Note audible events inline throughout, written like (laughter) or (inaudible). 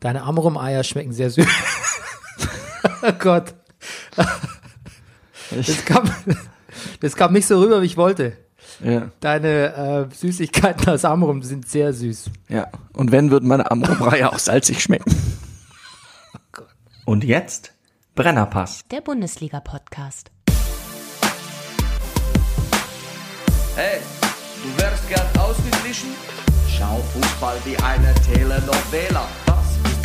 Deine Amrum-Eier schmecken sehr süß. oh Gott. Das kam, das kam nicht so rüber, wie ich wollte. ja, Deine äh, Süßigkeiten aus Amrum sind sehr süß. ja. Und wenn, würden meine Amrum-Reihe auch salzig schmecken. Und jetzt Brennerpass. Der Bundesliga-Podcast. Hey, du wärst gern ausgeglichen? Schau Fußball wie eine Telenovela. Das ist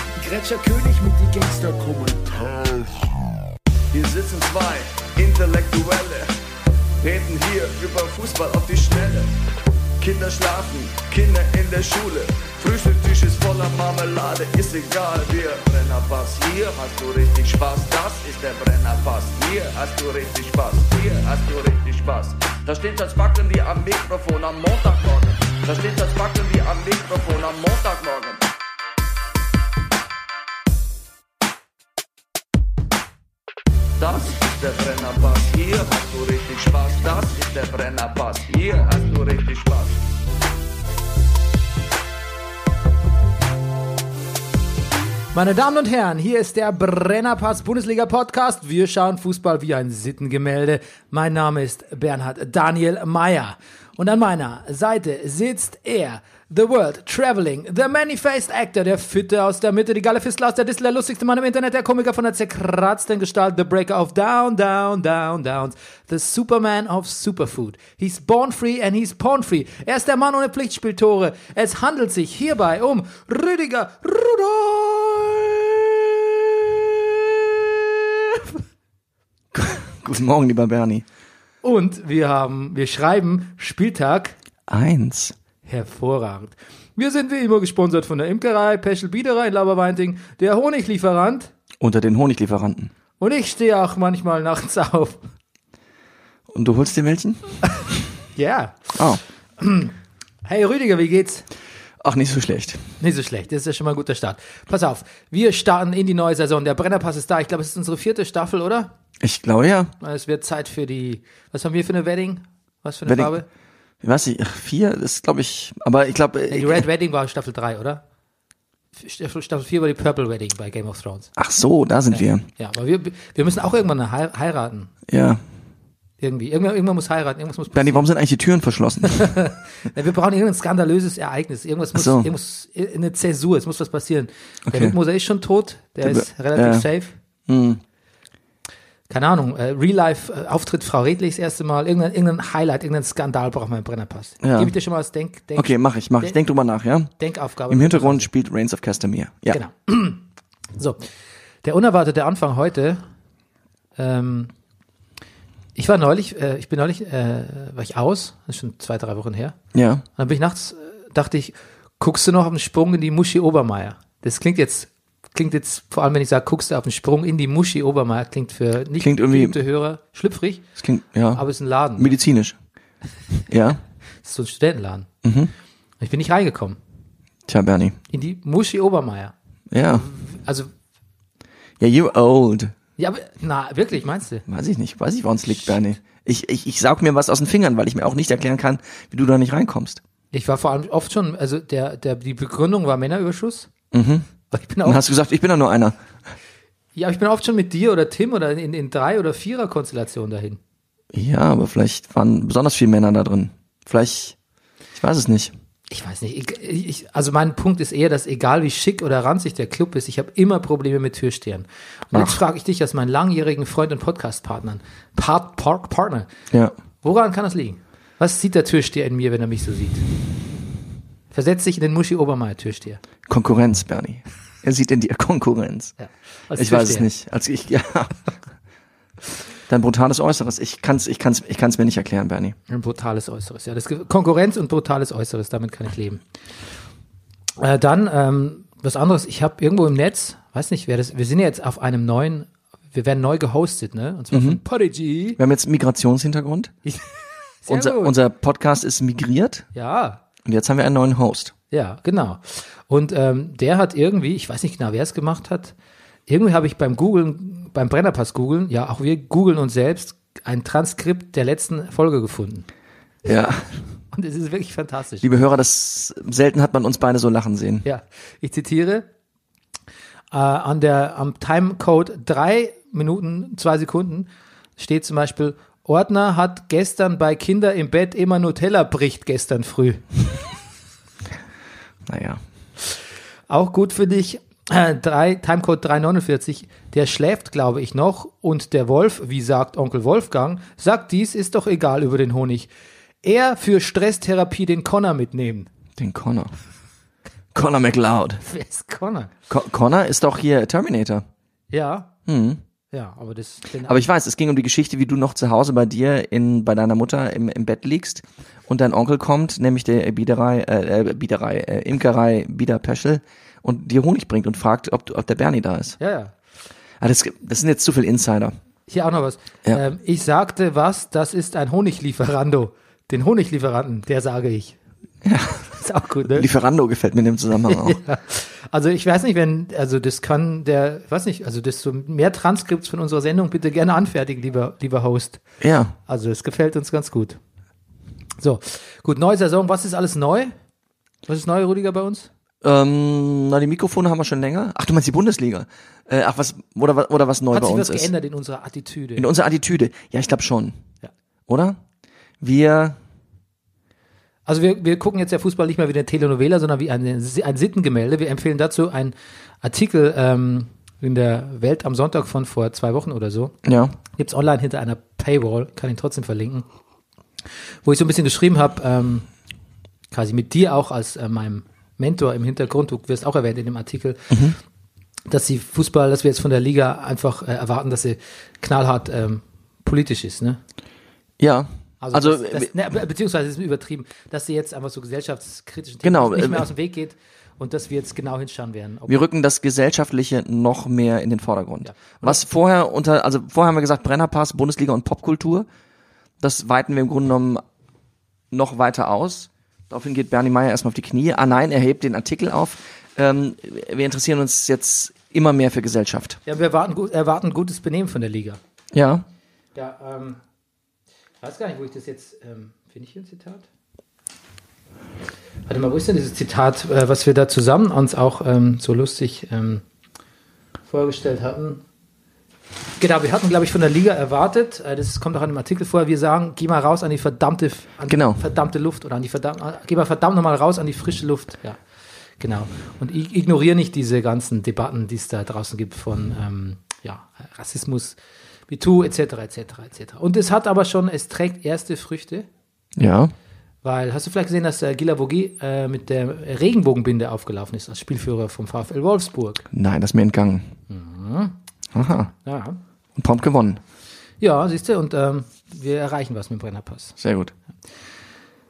Gretscher König mit die Gangster-Kommentare. Hier sitzen zwei Intellektuelle, reden hier über Fußball auf die Schnelle. Kinder schlafen, Kinder in der Schule. Frühstücktisch ist voller Marmelade, ist egal, wir Brennerpass. Hier hast du richtig Spaß, das ist der Brennerpass. Hier hast du richtig Spaß, hier hast du richtig Spaß. Da steht das Backen wie am Mikrofon am Montagmorgen. Da steht das Backen wie am Mikrofon am Montagmorgen. Das ist der Brennerpass, hier hast du richtig Spaß. Das ist der Brennerpass, hier hast du richtig Spaß. Meine Damen und Herren, hier ist der Brennerpass Bundesliga Podcast. Wir schauen Fußball wie ein Sittengemälde. Mein Name ist Bernhard Daniel Meyer. Und an meiner Seite sitzt er, The World Traveling, The Many-Faced Actor, der Fitte aus der Mitte, die geile Fistler aus der Distel, der lustigste Mann im Internet, der Komiker von der zerkratzten Gestalt, The Breaker of Down, Down, Down, Downs, The Superman of Superfood. He's born free and he's porn free. Er ist der Mann ohne Pflichtspieltore. Es handelt sich hierbei um Rüdiger Rudolf. (laughs) Guten Morgen, lieber Bernie. Und wir haben, wir schreiben Spieltag Eins. hervorragend. Wir sind wie immer gesponsert von der Imkerei Peschel Biederer in Laberweinting, der Honiglieferant. Unter den Honiglieferanten. Und ich stehe auch manchmal nachts (laughs) auf. Und du holst dir welchen? Ja. Oh. Hey Rüdiger, wie geht's? Ach, nicht so schlecht. Nicht so schlecht, das ist ja schon mal ein guter Start. Pass auf, wir starten in die neue Saison. Der Brennerpass ist da. Ich glaube, es ist unsere vierte Staffel, oder? Ich glaube ja. Es wird Zeit für die. Was haben wir für eine Wedding? Was für eine Wedding. Farbe? Ich weiß nicht, ach, vier ist, glaube ich, aber ich äh, glaube, Die Red Wedding war Staffel 3, oder? Staffel Staffel 4 war die Purple Wedding bei Game of Thrones. ach so, da sind wir. Ja, aber wir, wir müssen auch irgendwann hei- heiraten. Ja. Irgendwie. Irgendwann, irgendwann muss heiraten, irgendwas muss Bernie, warum sind eigentlich die Türen (laughs) verschlossen? Ja, wir brauchen irgendein skandalöses Ereignis. Irgendwas muss, so. irgendwas, eine Zäsur, es muss was passieren. Der Okay. Wildmoser ist schon tot, der Der ist Be- relativ ja. Hm. safe. Keine Ahnung, äh, Real-Life-Auftritt Frau Redlich das erste Mal, irgendein, irgendein Highlight, irgendein Skandal braucht mein Brennerpass. Ja. Gebe ich dir schon mal als Denk, Denk, Okay, mach ich, mach ich. Denk drüber nach, ja? Denkaufgabe. Im Hintergrund spielt Reigns of Castamere. Ja. Genau. (clears throat) So, der unerwartete Anfang heute. Ähm, ich war neulich, äh, ich bin neulich, äh, war ich aus, das ist schon zwei, drei Wochen her. Ja. Und dann bin ich nachts, äh, dachte ich, guckst du noch auf den Sprung in die Muschi Obermeier? Das klingt jetzt, klingt jetzt, vor allem wenn ich sage, guckst du auf den Sprung in die Muschi Obermeier, klingt für nicht Klingt irgendwie- geübte Hörer schlüpfrig, Das klingt, ja. aber es ist ein Laden. medizinisch. (laughs) Ja. Es ist so ein Studentenladen. Mhm. Und ich bin nicht reingekommen. Tja, Bernie. In die Muschi Obermeier. Ja. Also, Ja, you old. ja, aber, na, wirklich, meinst du? Weiß ich nicht. Weiß ich, woran es liegt, Bernie. Ich, ich, ich saug mir was aus den Fingern, weil ich mir auch nicht erklären kann, wie du da nicht reinkommst. Ich war vor allem oft schon, also der, der, die Begründung war Männerüberschuss. Mhm. Weil Ich bin Dann auch, hast du gesagt, ich bin da nur einer. ja, ich bin oft schon mit dir oder Tim oder in, in drei oder vierer Konstellation dahin. Ja, aber vielleicht waren besonders viele Männer da drin. Vielleicht, ich weiß es nicht. Ich weiß nicht. Ich, ich, also mein Punkt ist eher, dass egal wie schick oder ranzig der Club ist, ich habe immer Probleme mit Türstehern. Und jetzt frage ich dich als meinen langjährigen Freund und Podcast-Partner, Part, Park, Partner, Ja. woran kann das liegen? Was sieht der Türsteher in mir, wenn er mich so sieht? Versetz dich in den Muschi Obermeier Türsteher. Konkurrenz, Bernie. Er sieht in dir (laughs) Konkurrenz. Ja, als ich weiß es Türsteher. nicht. Als ich, (laughs) ja. Dein brutales Äußeres. Ich kann's, ich kann's, ich kann's mir nicht erklären, Bernie. Ein brutales Äußeres. Ja, das Ge- Konkurrenz und brutales Äußeres, damit kann ich leben. Äh, dann ähm, was anderes. Ich habe irgendwo im Netz, weiß nicht, wer das, wir sind ja jetzt auf einem neuen, wir werden neu gehostet, ne? Und zwar Mhm. von Podigy. Wir haben jetzt einen Migrationshintergrund. Sehr Unser, gut. unser Podcast ist migriert ja, und jetzt haben wir einen neuen Host. ja, genau. Und ähm, der hat irgendwie, ich weiß nicht genau, wer es gemacht hat, irgendwie habe ich beim Googlen, beim Brennerpass googeln, ja, auch wir googeln uns selbst, ein Transkript der letzten Folge gefunden. (laughs) Ja, Und es ist wirklich fantastisch. liebe Hörer, das selten hat man uns beide so lachen sehen. Ja, ich zitiere. Äh, an der, am Timecode 3 Minuten, 2 Sekunden steht zum Beispiel, Ordner hat gestern bei Kinder im Bett immer Nutella bricht gestern früh. Naja. Auch gut für dich, äh, drei, Timecode 349, der schläft, glaube ich, noch und der Wolf, wie sagt Onkel Wolfgang, sagt dies, ist doch egal über den Honig. Er für Stresstherapie den Connor mitnehmen. (laughs) Den Connor. Connor McLeod. Wer ist Connor? Co Connor ist doch hier Terminator. Ja. Ja, aber das. Den Aber ich weiß, es ging um die Geschichte, wie du noch zu Hause bei dir in, bei deiner Mutter im, im Bett liegst und dein Onkel kommt, nämlich der Biederei, äh, äh, Biederei, äh, Imkerei Bieder Peschel und dir Honig bringt und fragt, ob, du- ob der Bernie da ist. ja, ja. Ah, das, das sind jetzt zu viel Insider. Hier auch noch was. Ja. Ähm, ich sagte was, das ist ein Honiglieferando. Den Honiglieferanten, der sage ich. Ja. (laughs) Ist auch gut, ne? Lieferando gefällt mir in dem Zusammenhang (laughs) auch. Also ich weiß nicht, wenn, also das kann der, weiß nicht, also desto mehr Transkripts von unserer Sendung bitte gerne anfertigen, lieber, lieber Host. ja. Also das gefällt uns ganz gut. So, gut, neue Saison, was ist alles neu? Was ist neu, Rüdiger, bei uns? Ähm, na, die Mikrofone haben wir schon länger. Ach, du meinst die Bundesliga? Äh, ach, was, oder, was- oder was neu Hat bei sich uns was ist. geändert in unserer Attitüde? In unserer Attitüde. Ja, ich glaube schon. Ja. Oder? Wir, Also wir, wir gucken jetzt ja Fußball nicht mehr wie eine Telenovela, sondern wie ein, ein Sittengemälde. Wir empfehlen dazu einen Artikel ähm, in der Welt am Sonntag von vor zwei Wochen oder so. ja. Gibt's online hinter einer Paywall, kann ihn trotzdem verlinken. Wo ich so ein bisschen geschrieben habe, ähm, quasi mit dir auch als äh, meinem Mentor im Hintergrund, du wirst auch erwähnt in dem Artikel, dass die Fußball, dass wir jetzt von der Liga einfach äh, erwarten, dass sie knallhart ähm, politisch ist, ne? Ja. Also, Also, das, das, ne, be- beziehungsweise es ist übertrieben, dass sie jetzt einfach so gesellschaftskritischen Themen Genau, nicht mehr äh, aus dem Weg geht und dass wir jetzt genau hinschauen werden. Ob, Wir rücken das Gesellschaftliche noch mehr in den Vordergrund. Was vorher unter, also vorher haben wir gesagt, Brennerpass, Bundesliga und Popkultur. Das weiten wir im Grunde genommen noch weiter aus. Daraufhin geht Bernie Meyer erstmal auf die Knie. Ah nein, er hebt den Artikel auf. Ähm, wir interessieren uns jetzt immer mehr für Gesellschaft. ja, wir erwarten, gut, erwarten gutes Benehmen von der Liga. Ja. Ja, ähm, ich weiß gar nicht, wo ich das jetzt, ähm, finde ich hier ein Zitat? Warte mal, wo ist denn dieses Zitat, äh, was wir da zusammen uns auch ähm, so lustig ähm, vorgestellt hatten? Genau, wir hatten, glaube ich, von der Liga erwartet, äh, das kommt auch in dem Artikel vor, wir sagen, geh mal raus an die verdammte, an Genau. die verdammte Luft oder an die verdammte, geh mal verdammt nochmal raus an die frische Luft. Ja, genau. Und ich ignoriere nicht diese ganzen Debatten, die es da draußen gibt von ähm, ja, Rassismus, MeToo etc. etc. etc. Und es hat aber schon, es trägt erste Früchte. Ja. Weil, hast du vielleicht gesehen, dass der Gila Vogi äh, mit der Regenbogenbinde aufgelaufen ist als Spielführer vom VfL Wolfsburg? Nein, das ist mir entgangen. Mhm. Aha. Ja, Und prompt gewonnen. ja siehst du, und ähm, wir erreichen was mit dem Brennerpass. Sehr gut.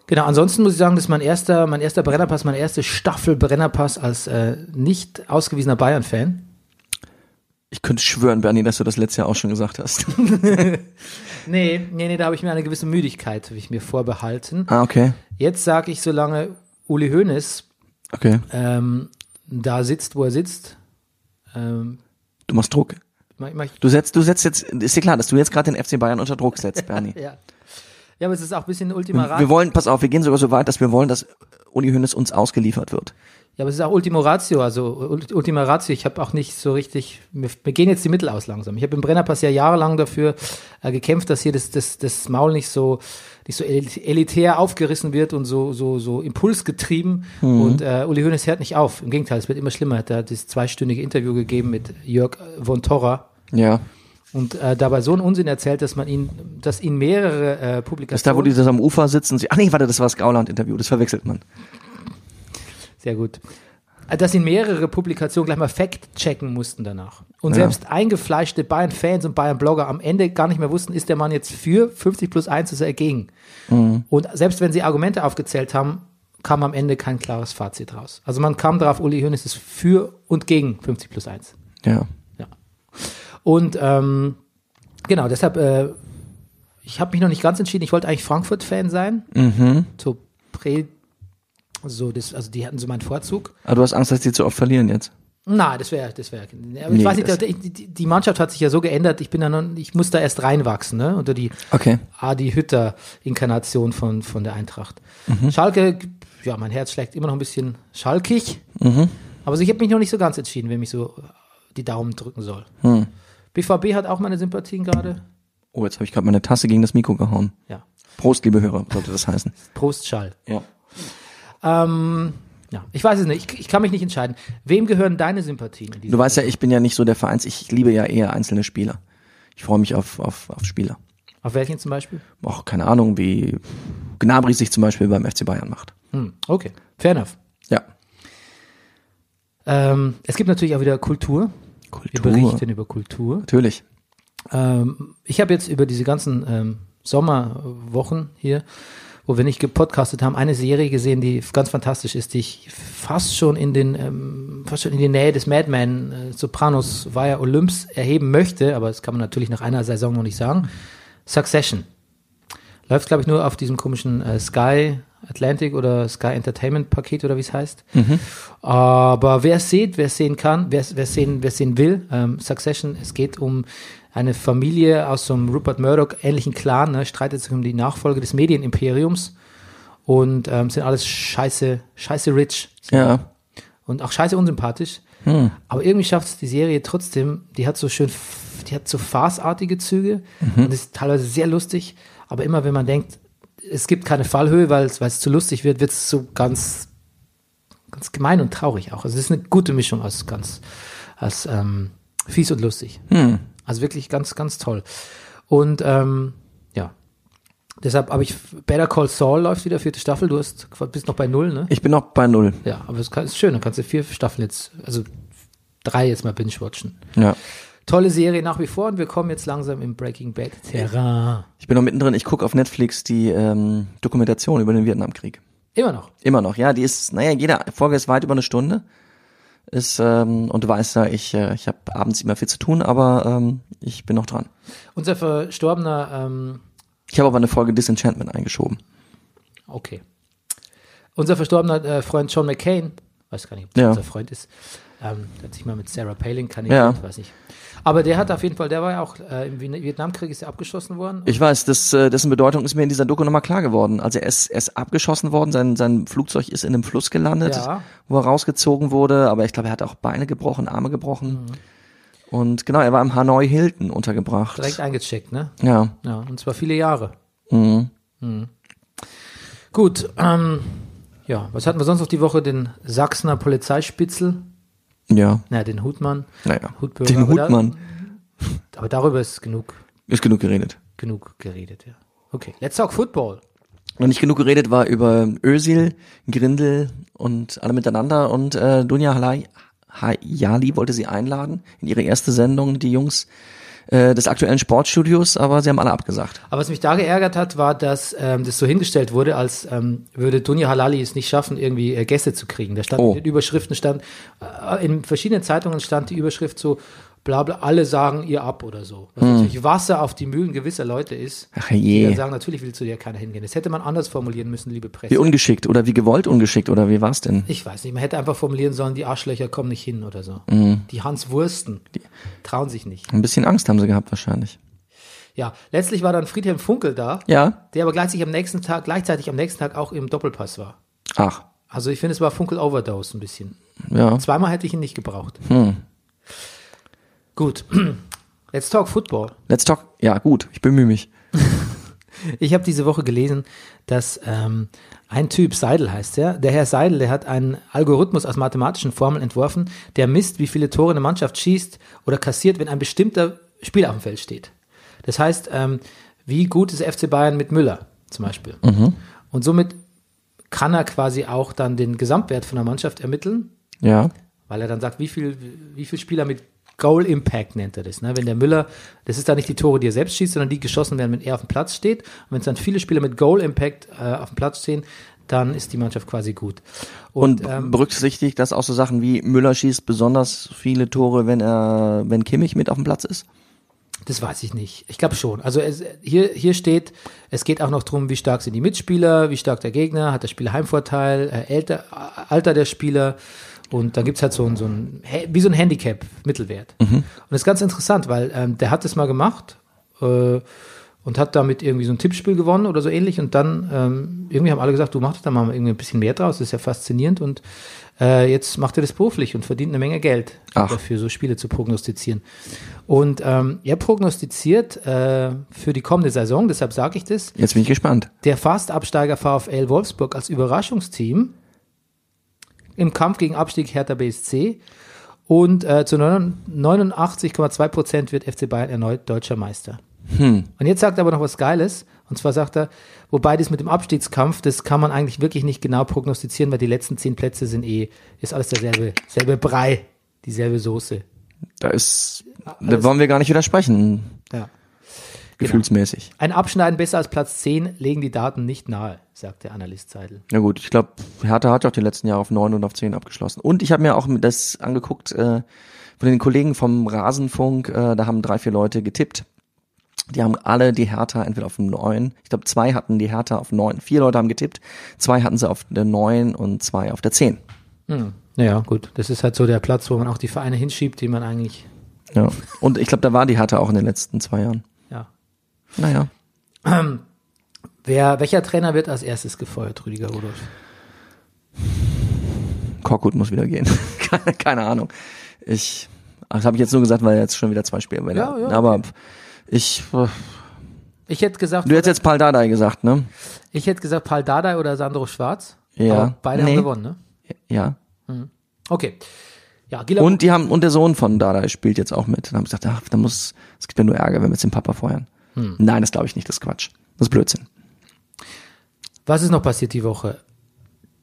Genau, ansonsten muss ich sagen, das ist mein erster, mein erster Brennerpass, meine erste Staffel Brennerpass als äh, nicht ausgewiesener Bayern-Fan. Ich könnte schwören, Bernie, dass du das letztes Jahr auch schon gesagt hast. (laughs) Nee, nee, nee, da habe ich mir eine gewisse Müdigkeit, habe ich mir vorbehalten. ah, okay. Jetzt sage ich, solange Uli Hoeneß Okay. ähm, da sitzt, wo er sitzt, ähm, Du machst Druck. mach, mach ich Du setzt, du setzt jetzt, ist dir klar, dass du jetzt gerade den FC Bayern unter Druck setzt, Bernie. Ja. Ja, aber es ist auch ein bisschen Ultima Wir, Ratio. wir wollen, pass auf, wir gehen sogar so weit, dass wir wollen, dass Uli Hoeneß uns ausgeliefert wird. Ja, aber es ist auch Ultimo Ratio, also Ult- Ultima Ratio. Ich habe auch nicht so richtig, mir, mir gehen jetzt die Mittel aus langsam. Ich habe im Brennerpass ja jahrelang dafür äh, gekämpft, dass hier das, das, das Maul nicht so, nicht so elit- elitär aufgerissen wird und so, so, so impulsgetrieben. Mhm. Und äh, Uli Hoeneß hört nicht auf. Im Gegenteil, es wird immer schlimmer. Er hat da dieses zweistündige Interview gegeben mit Jörg äh, von Torra. Ja. Und äh, dabei so einen Unsinn erzählt, dass man ihn, dass ihn mehrere äh, Publikationen. Ist da, wo die das am Ufer sitzen und sie, ach nee, warte, das war das Gauland-Interview, das verwechselt man. Sehr gut. Äh, Dass ihn mehrere Publikationen gleich mal fact-checken mussten danach. Und selbst eingefleischte Bayern-Fans und Bayern-Blogger am Ende gar nicht mehr wussten, ist der Mann jetzt für 50 plus 1, ist er gegen. Und selbst wenn sie Argumente aufgezählt haben, kam am Ende kein klares Fazit raus. Also man kam darauf, Uli Hoeneß ist für und gegen 50 plus 1. Ja. Und ähm, genau, deshalb, äh, ich habe mich noch nicht ganz entschieden. Ich wollte eigentlich Frankfurt-Fan sein. Mhm. So Pre, so das, also die hatten so meinen Vorzug. Aber du hast Angst, dass die zu oft verlieren jetzt. Na, das wäre, das wäre. Aber ich Nee, weiß nicht, das- die, die- die Mannschaft hat sich ja so geändert. Ich bin da noch, ich muss da erst reinwachsen, ne? Unter die Okay. Adi Hütter Inkarnation von, von der Eintracht. Schalke, ja, mein Herz schlägt immer noch ein bisschen schalkig. Aber ich habe mich noch nicht so ganz entschieden, wem ich so die Daumen drücken soll. BVB hat auch meine Sympathien gerade. Oh, jetzt habe ich gerade meine Tasse gegen das Mikro gehauen. Ja. Prost, liebe Hörer, sollte das heißen. Prost Schall. (laughs) Ja. Ähm, ja, ich weiß es nicht. Ich, ich kann mich nicht entscheiden. Wem gehören deine Sympathien? In Du weißt ja, ich bin ja nicht so der Vereins, ich liebe ja eher einzelne Spieler. Ich freue mich auf, auf, auf Spieler. Auf welchen zum Beispiel? Auch keine Ahnung, wie Gnabry sich zum Beispiel beim FC Bayern macht. Hm, okay, fair enough. Ja. Ähm, es gibt natürlich auch wieder Kultur. Wir berichten über Kultur. Natürlich. Ähm, ich habe jetzt über diese ganzen ähm, Sommerwochen hier, wo wir nicht gepodcastet haben, eine Serie gesehen, die ganz fantastisch ist, die ich fast schon in den ähm, fast schon in die Nähe des Madman äh, Sopranos Via Olymps erheben möchte, aber das kann man natürlich nach einer Saison noch nicht sagen. Succession. Läuft, glaube ich, nur auf diesem komischen äh, Sky Atlantic oder Sky Entertainment Paket oder wie es heißt. Aber wer es sieht, wer es sehen kann, wer es wer es sehen, wer es sehen will, ähm, Succession, es geht um eine Familie aus so einem Rupert Murdoch-ähnlichen Clan, ne, streitet sich um die Nachfolge des Medienimperiums und ähm, sind alles scheiße, scheiße rich Ja. und auch scheiße unsympathisch. Aber irgendwie schafft es die Serie trotzdem, die hat so schön, f- die hat so farceartige Züge und ist teilweise sehr lustig, aber immer wenn man denkt, es gibt keine Fallhöhe, weil es weil es zu lustig wird, wird es so ganz, ganz gemein und traurig auch. Also es ist eine gute Mischung aus ganz, aus ähm, fies und lustig. Also wirklich ganz, ganz toll. Und ähm, ja, deshalb habe ich, Better Call Saul läuft wieder, vierte Staffel, du hast, bist noch bei Null, ne? Ich bin noch bei Null. Ja, aber es kann, ist schön, dann kannst du vier Staffeln jetzt, also drei jetzt mal binge-watchen. Ja. Tolle Serie nach wie vor und wir kommen jetzt langsam im Breaking Bad Terrain. Ich bin noch mittendrin. Ich gucke auf Netflix die ähm, Dokumentation über den Vietnamkrieg. Immer noch. Immer noch, ja. Die ist, naja, jede Folge ist weit über eine Stunde. Ist, ähm, und du weißt ja, ich, äh, ich habe abends immer viel zu tun, aber ähm, ich bin noch dran. Unser verstorbener, ähm, Ich habe aber eine Folge Disenchantment eingeschoben. okay. Unser verstorbener äh, Freund John McCain, weiß gar nicht, ob das Ja. unser Freund ist, ähm, hat sich mal mit Sarah Palin kandidiert, Ja. weiß nicht. Aber der hat auf jeden Fall, der war ja auch äh, im Vien- Vietnamkrieg ist er abgeschossen worden. Ich weiß, das, äh, dessen Bedeutung ist mir in dieser Doku nochmal klar geworden. Also er ist, er ist abgeschossen worden, sein, sein Flugzeug ist in einem Fluss gelandet, Ja. wo er rausgezogen wurde, aber ich glaube, er hat auch Beine gebrochen, Arme gebrochen. Und genau, er war im Hanoi Hilton untergebracht. Mhm. Direkt eingecheckt, ne? Ja, Ja, und zwar viele Jahre. Mhm. Gut, ähm, ja, was hatten wir sonst noch die Woche? Den Sachsener Polizeispitzel, ja, naja, den Hutmann, naja. Hutbürger, Den aber da- Hutmann. aber darüber ist genug, Ist genug geredet. genug geredet, ja. Okay, let's talk Football. Noch nicht genug geredet war über Özil, Grindel und alle miteinander und äh, Dunja Halai- Hayali wollte sie einladen in ihre erste Sendung, die Jungs äh, des aktuellen Sportstudios, aber sie haben alle abgesagt. Aber was mich da geärgert hat, war, dass ähm, das so hingestellt wurde, als ähm, würde Dunja Halali es nicht schaffen, irgendwie äh, Gäste zu kriegen. Da stand Oh. in den Überschriften stand, äh, in verschiedenen Zeitungen stand die Überschrift so, bla bla, alle sagen ihr ab oder so. Was natürlich Wasser auf die Mühlen gewisser Leute ist. Hm. Ach Die dann je. sagen, natürlich will zu dir keiner hingehen. Das hätte man anders formulieren müssen, liebe Wie Presse. ungeschickt oder wie gewollt ungeschickt oder wie war's denn? Ich weiß nicht, man hätte einfach formulieren sollen, die Arschlöcher kommen nicht hin oder so. Die Hans Wursten trauen sich nicht. Ein bisschen Angst haben sie gehabt wahrscheinlich. Ja, letztlich war dann Friedhelm Funkel da, Ja. der aber gleichzeitig am nächsten Tag, gleichzeitig am nächsten Tag auch im Doppelpass war. Ach, Also ich finde, es war Funkel Overdose ein bisschen. ja. Zweimal hätte ich ihn nicht gebraucht. Gut. (clears throat) Let's talk Football. Let's talk. Ja, gut. Ich bemühe mich. Ich habe diese Woche gelesen, dass ähm, ein Typ, Seidel heißt er, der Herr Seidel, der hat einen Algorithmus aus mathematischen Formeln entworfen, der misst, wie viele Tore eine Mannschaft schießt oder kassiert, wenn ein bestimmter Spieler auf dem Feld steht. Das heißt, ähm, wie gut ist FC Bayern mit Müller zum Beispiel. Und somit kann er quasi auch dann den Gesamtwert von der Mannschaft ermitteln Ja. weil er dann sagt, wie viel, wie viel Spieler mit Goal Impact nennt er das. Ne? Wenn der Müller, das ist dann nicht die Tore, die er selbst schießt, sondern die geschossen werden, wenn er auf dem Platz steht. Und wenn es dann viele Spieler mit Goal Impact äh, auf dem Platz stehen, dann ist die Mannschaft quasi gut. ähm, Und, berücksichtigt das auch so Sachen wie Müller schießt besonders viele Tore, wenn er, wenn Kimmich mit auf dem Platz ist? Das weiß ich nicht. Ich glaube schon. Also es, hier, hier steht, es geht auch noch drum, wie stark sind die Mitspieler, wie stark der Gegner, hat der Spieler Heimvorteil, äh, älter, äh, Alter der Spieler. Und dann gibt's halt so ein, so ein, Hä- wie so ein Handicap, Mittelwert. Und das ist ganz interessant, weil ähm, der hat das mal gemacht äh, und hat damit irgendwie so ein Tippspiel gewonnen oder so ähnlich. Und dann ähm, irgendwie haben alle gesagt, du machst da mal irgendwie ein bisschen mehr draus, das ist ja faszinierend. Und äh, jetzt macht er das beruflich und verdient eine Menge Geld Ach. dafür, so Spiele zu prognostizieren. Und ähm, er prognostiziert äh, für die kommende Saison, deshalb sage ich das, Jetzt bin ich gespannt. der Fastabsteiger VfL Wolfsburg als Überraschungsteam im Kampf gegen Abstieg Hertha BSC und äh, zu 89,2 Prozent wird FC Bayern erneut deutscher Meister. Und jetzt sagt er aber noch was Geiles. Und zwar sagt er, wobei das mit dem Abstiegskampf, das kann man eigentlich wirklich nicht genau prognostizieren, weil die letzten zehn Plätze sind eh, ist alles derselbe, selbe Brei, dieselbe Soße. Da ist, da wollen wir gar nicht widersprechen, Ja. gefühlsmäßig. Ein Abschneiden besser als Platz 10 legen die Daten nicht nahe, sagt der Analyst Seidel. Na gut, ich glaube, Hertha hat ja auch die letzten Jahre auf 9 und auf 10 abgeschlossen. Und ich habe mir auch das angeguckt äh, von den Kollegen vom Rasenfunk, äh, da haben drei, vier Leute getippt. Die haben alle die Hertha entweder auf 9, ich glaube zwei hatten die Hertha auf 9, vier Leute haben getippt, zwei hatten sie auf der 9 und zwei auf der 10. Naja, gut. Das ist halt so der Platz, wo man auch die Vereine hinschiebt, die man eigentlich, Ja. Und ich glaube, da war die Hertha auch in den letzten zwei Jahren. ja. Naja. Wer, welcher Trainer wird als erstes gefeuert, Rüdiger Rudolph? Korkut muss wieder gehen. (laughs) keine, keine Ahnung. Ich, ach, das habe ich jetzt nur gesagt, weil jetzt schon wieder zwei Spiele werden. Ja, ja, Aber ich, äh, Ich hätte gesagt, du hättest jetzt Paul Dardai gesagt, ne? ich hätte gesagt Paul Dardai oder Sandro Schwarz. Ja. Aber beide Nee. haben gewonnen, ne? Ja. Okay. Ja, Gila Und die haben, und der Sohn von Dardai spielt jetzt auch mit. Dann haben sie gesagt, ach, da muss, es gibt ja nur Ärger, wenn wir jetzt den Papa feuern. Hm. Nein, das glaube ich nicht, das ist Quatsch. Das ist Blödsinn. Was ist noch passiert die Woche?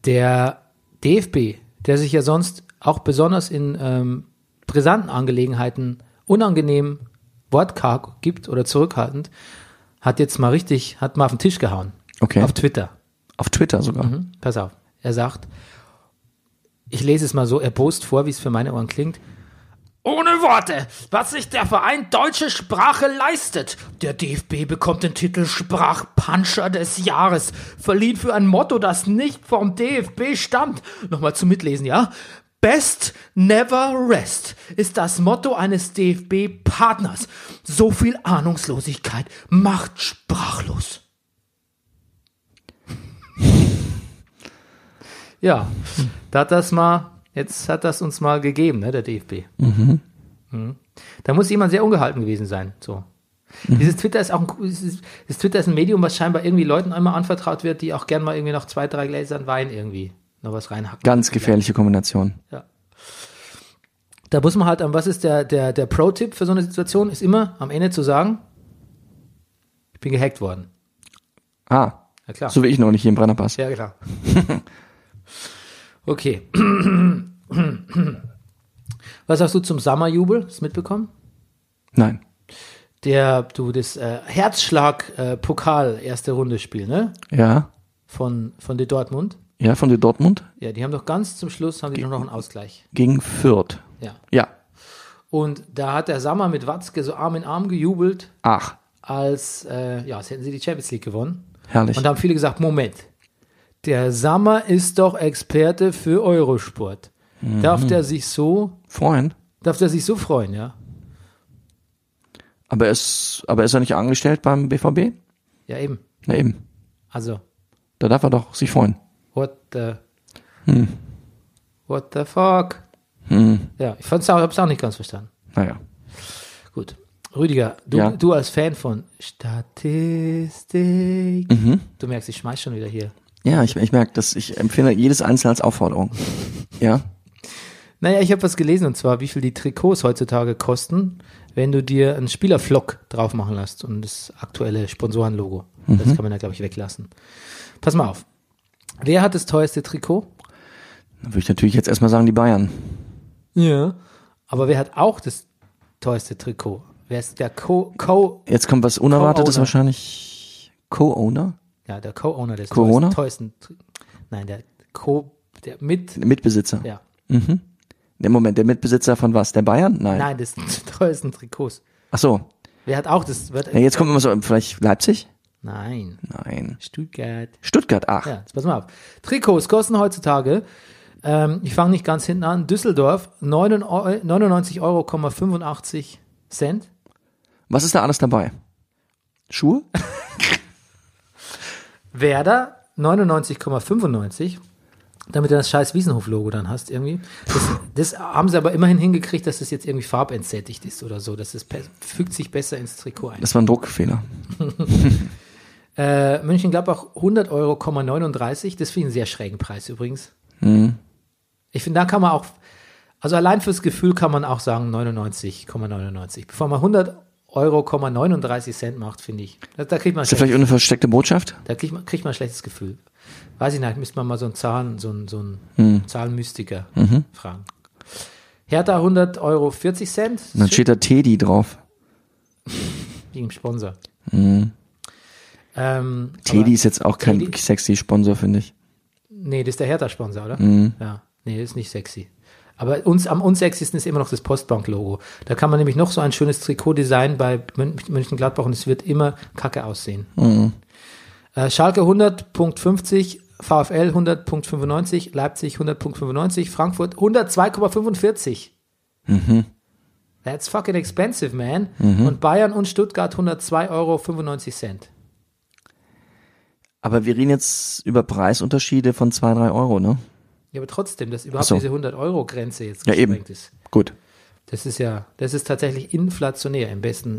Der DFB, der sich ja sonst auch besonders in ähm, brisanten Angelegenheiten unangenehm wortkarg gibt oder zurückhaltend, hat jetzt mal richtig, hat mal auf den Tisch gehauen. Okay. Auf Twitter. Auf Twitter sogar. Pass auf. Er sagt, ich lese es mal so, er post vor, wie es für meine Ohren klingt. Ohne Worte, was sich der Verein Deutsche Sprache leistet. Der DFB bekommt den Titel Sprachpanscher des Jahres, verliehen für ein Motto, das nicht vom DFB stammt. Nochmal zum Mitlesen, ja? Best Never Rest ist das Motto eines DFB-Partners. So viel Ahnungslosigkeit macht sprachlos. Ja, da hat das mal, jetzt hat das uns mal gegeben, ne, der DFB. Mhm. Da muss jemand sehr ungehalten gewesen sein, so. Dieses Twitter ist auch ein, dieses dieses Twitter ist ein Medium, was scheinbar irgendwie Leuten einmal anvertraut wird, die auch gern mal irgendwie nach zwei, drei Gläsern Wein irgendwie noch was reinhacken. Ganz gefährliche Kombination. Da muss man halt, ähm, was ist der, der, der Pro-Tipp für so eine Situation, ist immer am Ende zu sagen, ich bin gehackt worden. Ah, Ja klar. so wie ich noch nicht hier im Brennerpass. Ja, klar. (laughs) okay. (clears throat) Was hast du zum Sommerjubel? Hast du mitbekommen? Nein. Der, du, das äh, Herzschlag-Pokal, erste Runde Spiel, ne? Ja. Von, von der Dortmund. Ja, von der Dortmund Ja, die haben doch ganz zum Schluss, haben die doch noch einen Ausgleich. gegen Fürth. Ja. Ja. Und da hat der Sammer mit Watzke so Arm in Arm gejubelt, Ach, als, äh, ja, als hätten sie die Champions League gewonnen. herrlich. Und da haben viele gesagt, Moment, der Sammer ist doch Experte für Eurosport. Darf der sich so, Freuen. darf der sich so freuen, ja? Aber ist, aber ist er nicht angestellt beim BVB? Ja, eben. Na eben. Also, Da darf er doch sich freuen. what the, what the fuck? Ja, ich fand's auch, hab's auch nicht ganz verstanden. Hm. Naja. Gut. Rüdiger, du, Ja. du als Fan von Statistik, Mhm. du merkst, ich schmeiß schon wieder hier. Ja, ich, ich merke, dass ich empfinde jedes Einzelne als Aufforderung. Ja. Naja, ich habe was gelesen und zwar, wie viel die Trikots heutzutage kosten, wenn du dir einen Spielerflock drauf machen lässt und das aktuelle Sponsorenlogo. Das kann man da, glaube ich, weglassen. Pass mal auf. Wer hat das teuerste Trikot? Dann würde ich natürlich jetzt erstmal sagen, die Bayern. Ja. Aber wer hat auch das teuerste Trikot? Wer ist der Co, Co Jetzt kommt was Unerwartetes Co-Owner. wahrscheinlich. Co-Owner? ja, der Co-Owner des Corona? teuersten Tri- Nein, der Co, der mit, Mitbesitzer. ja. Nee, Moment, der Mitbesitzer von was? Der Bayern? Nein. Nein, das sind die (laughs) teuersten Trikots. Ach so. Wer hat auch das? Wird, Ja, jetzt kommt immer so, vielleicht Leipzig? Nein, Nein. Stuttgart. Stuttgart, ach. Ja, jetzt pass mal auf. Trikots kosten heutzutage, ähm, ich fange nicht ganz hinten an, Düsseldorf 99,85 Euro. Cent. Was ist da alles dabei? Schuhe? Werder 99,95. Damit du das scheiß Wiesenhof-Logo dann hast irgendwie. Das, das haben sie aber immerhin hingekriegt, dass das jetzt irgendwie farbentsättigt ist oder so. Das ist, pe- fügt sich besser ins Trikot ein. Das war ein Druckfehler. Äh, Mönchengladbach 100,39 Euro. Das finde ich einen sehr schrägen Preis übrigens. Mhm. Ich finde, da kann man auch, also allein fürs Gefühl kann man auch sagen 99,99. Bevor man 100 Euro, 39 Cent macht, finde ich. Da, da kriegt man Ist das vielleicht schlecht- eine versteckte Botschaft? da kriegt man, kriegt man ein schlechtes Gefühl. Weiß ich nicht, müsste man mal so einen Zahlen, so einen, so einen Zahlenmystiker fragen. Hertha 100 Euro 40 Cent. Und dann steht da Teddy drauf. Gegen Sponsor. Ähm, Teddy ist jetzt auch kein Teddy- sexy Sponsor, finde ich. Nee, das ist der Hertha-Sponsor, oder? Mhm. Ja. Nee, ist nicht sexy. Aber uns, am unsexiesten ist immer noch das Postbank-Logo. Da kann man nämlich noch so ein schönes Trikot-Design bei Mün München-Gladbach und es wird immer kacke aussehen. Mhm. Äh, Schalke 100.50, VfL 100.95, Leipzig 100.95, Frankfurt 102,45. Mhm. That's fucking expensive, man. Und Bayern und Stuttgart 102,95 Euro. Aber wir reden jetzt über Preisunterschiede von zwei, drei Euro, ne? Ja, aber trotzdem, dass überhaupt Ach so. diese 100-Euro-Grenze jetzt Ja, eben. gesprengt ist. Gut. Das ist ja, das ist tatsächlich inflationär im besten,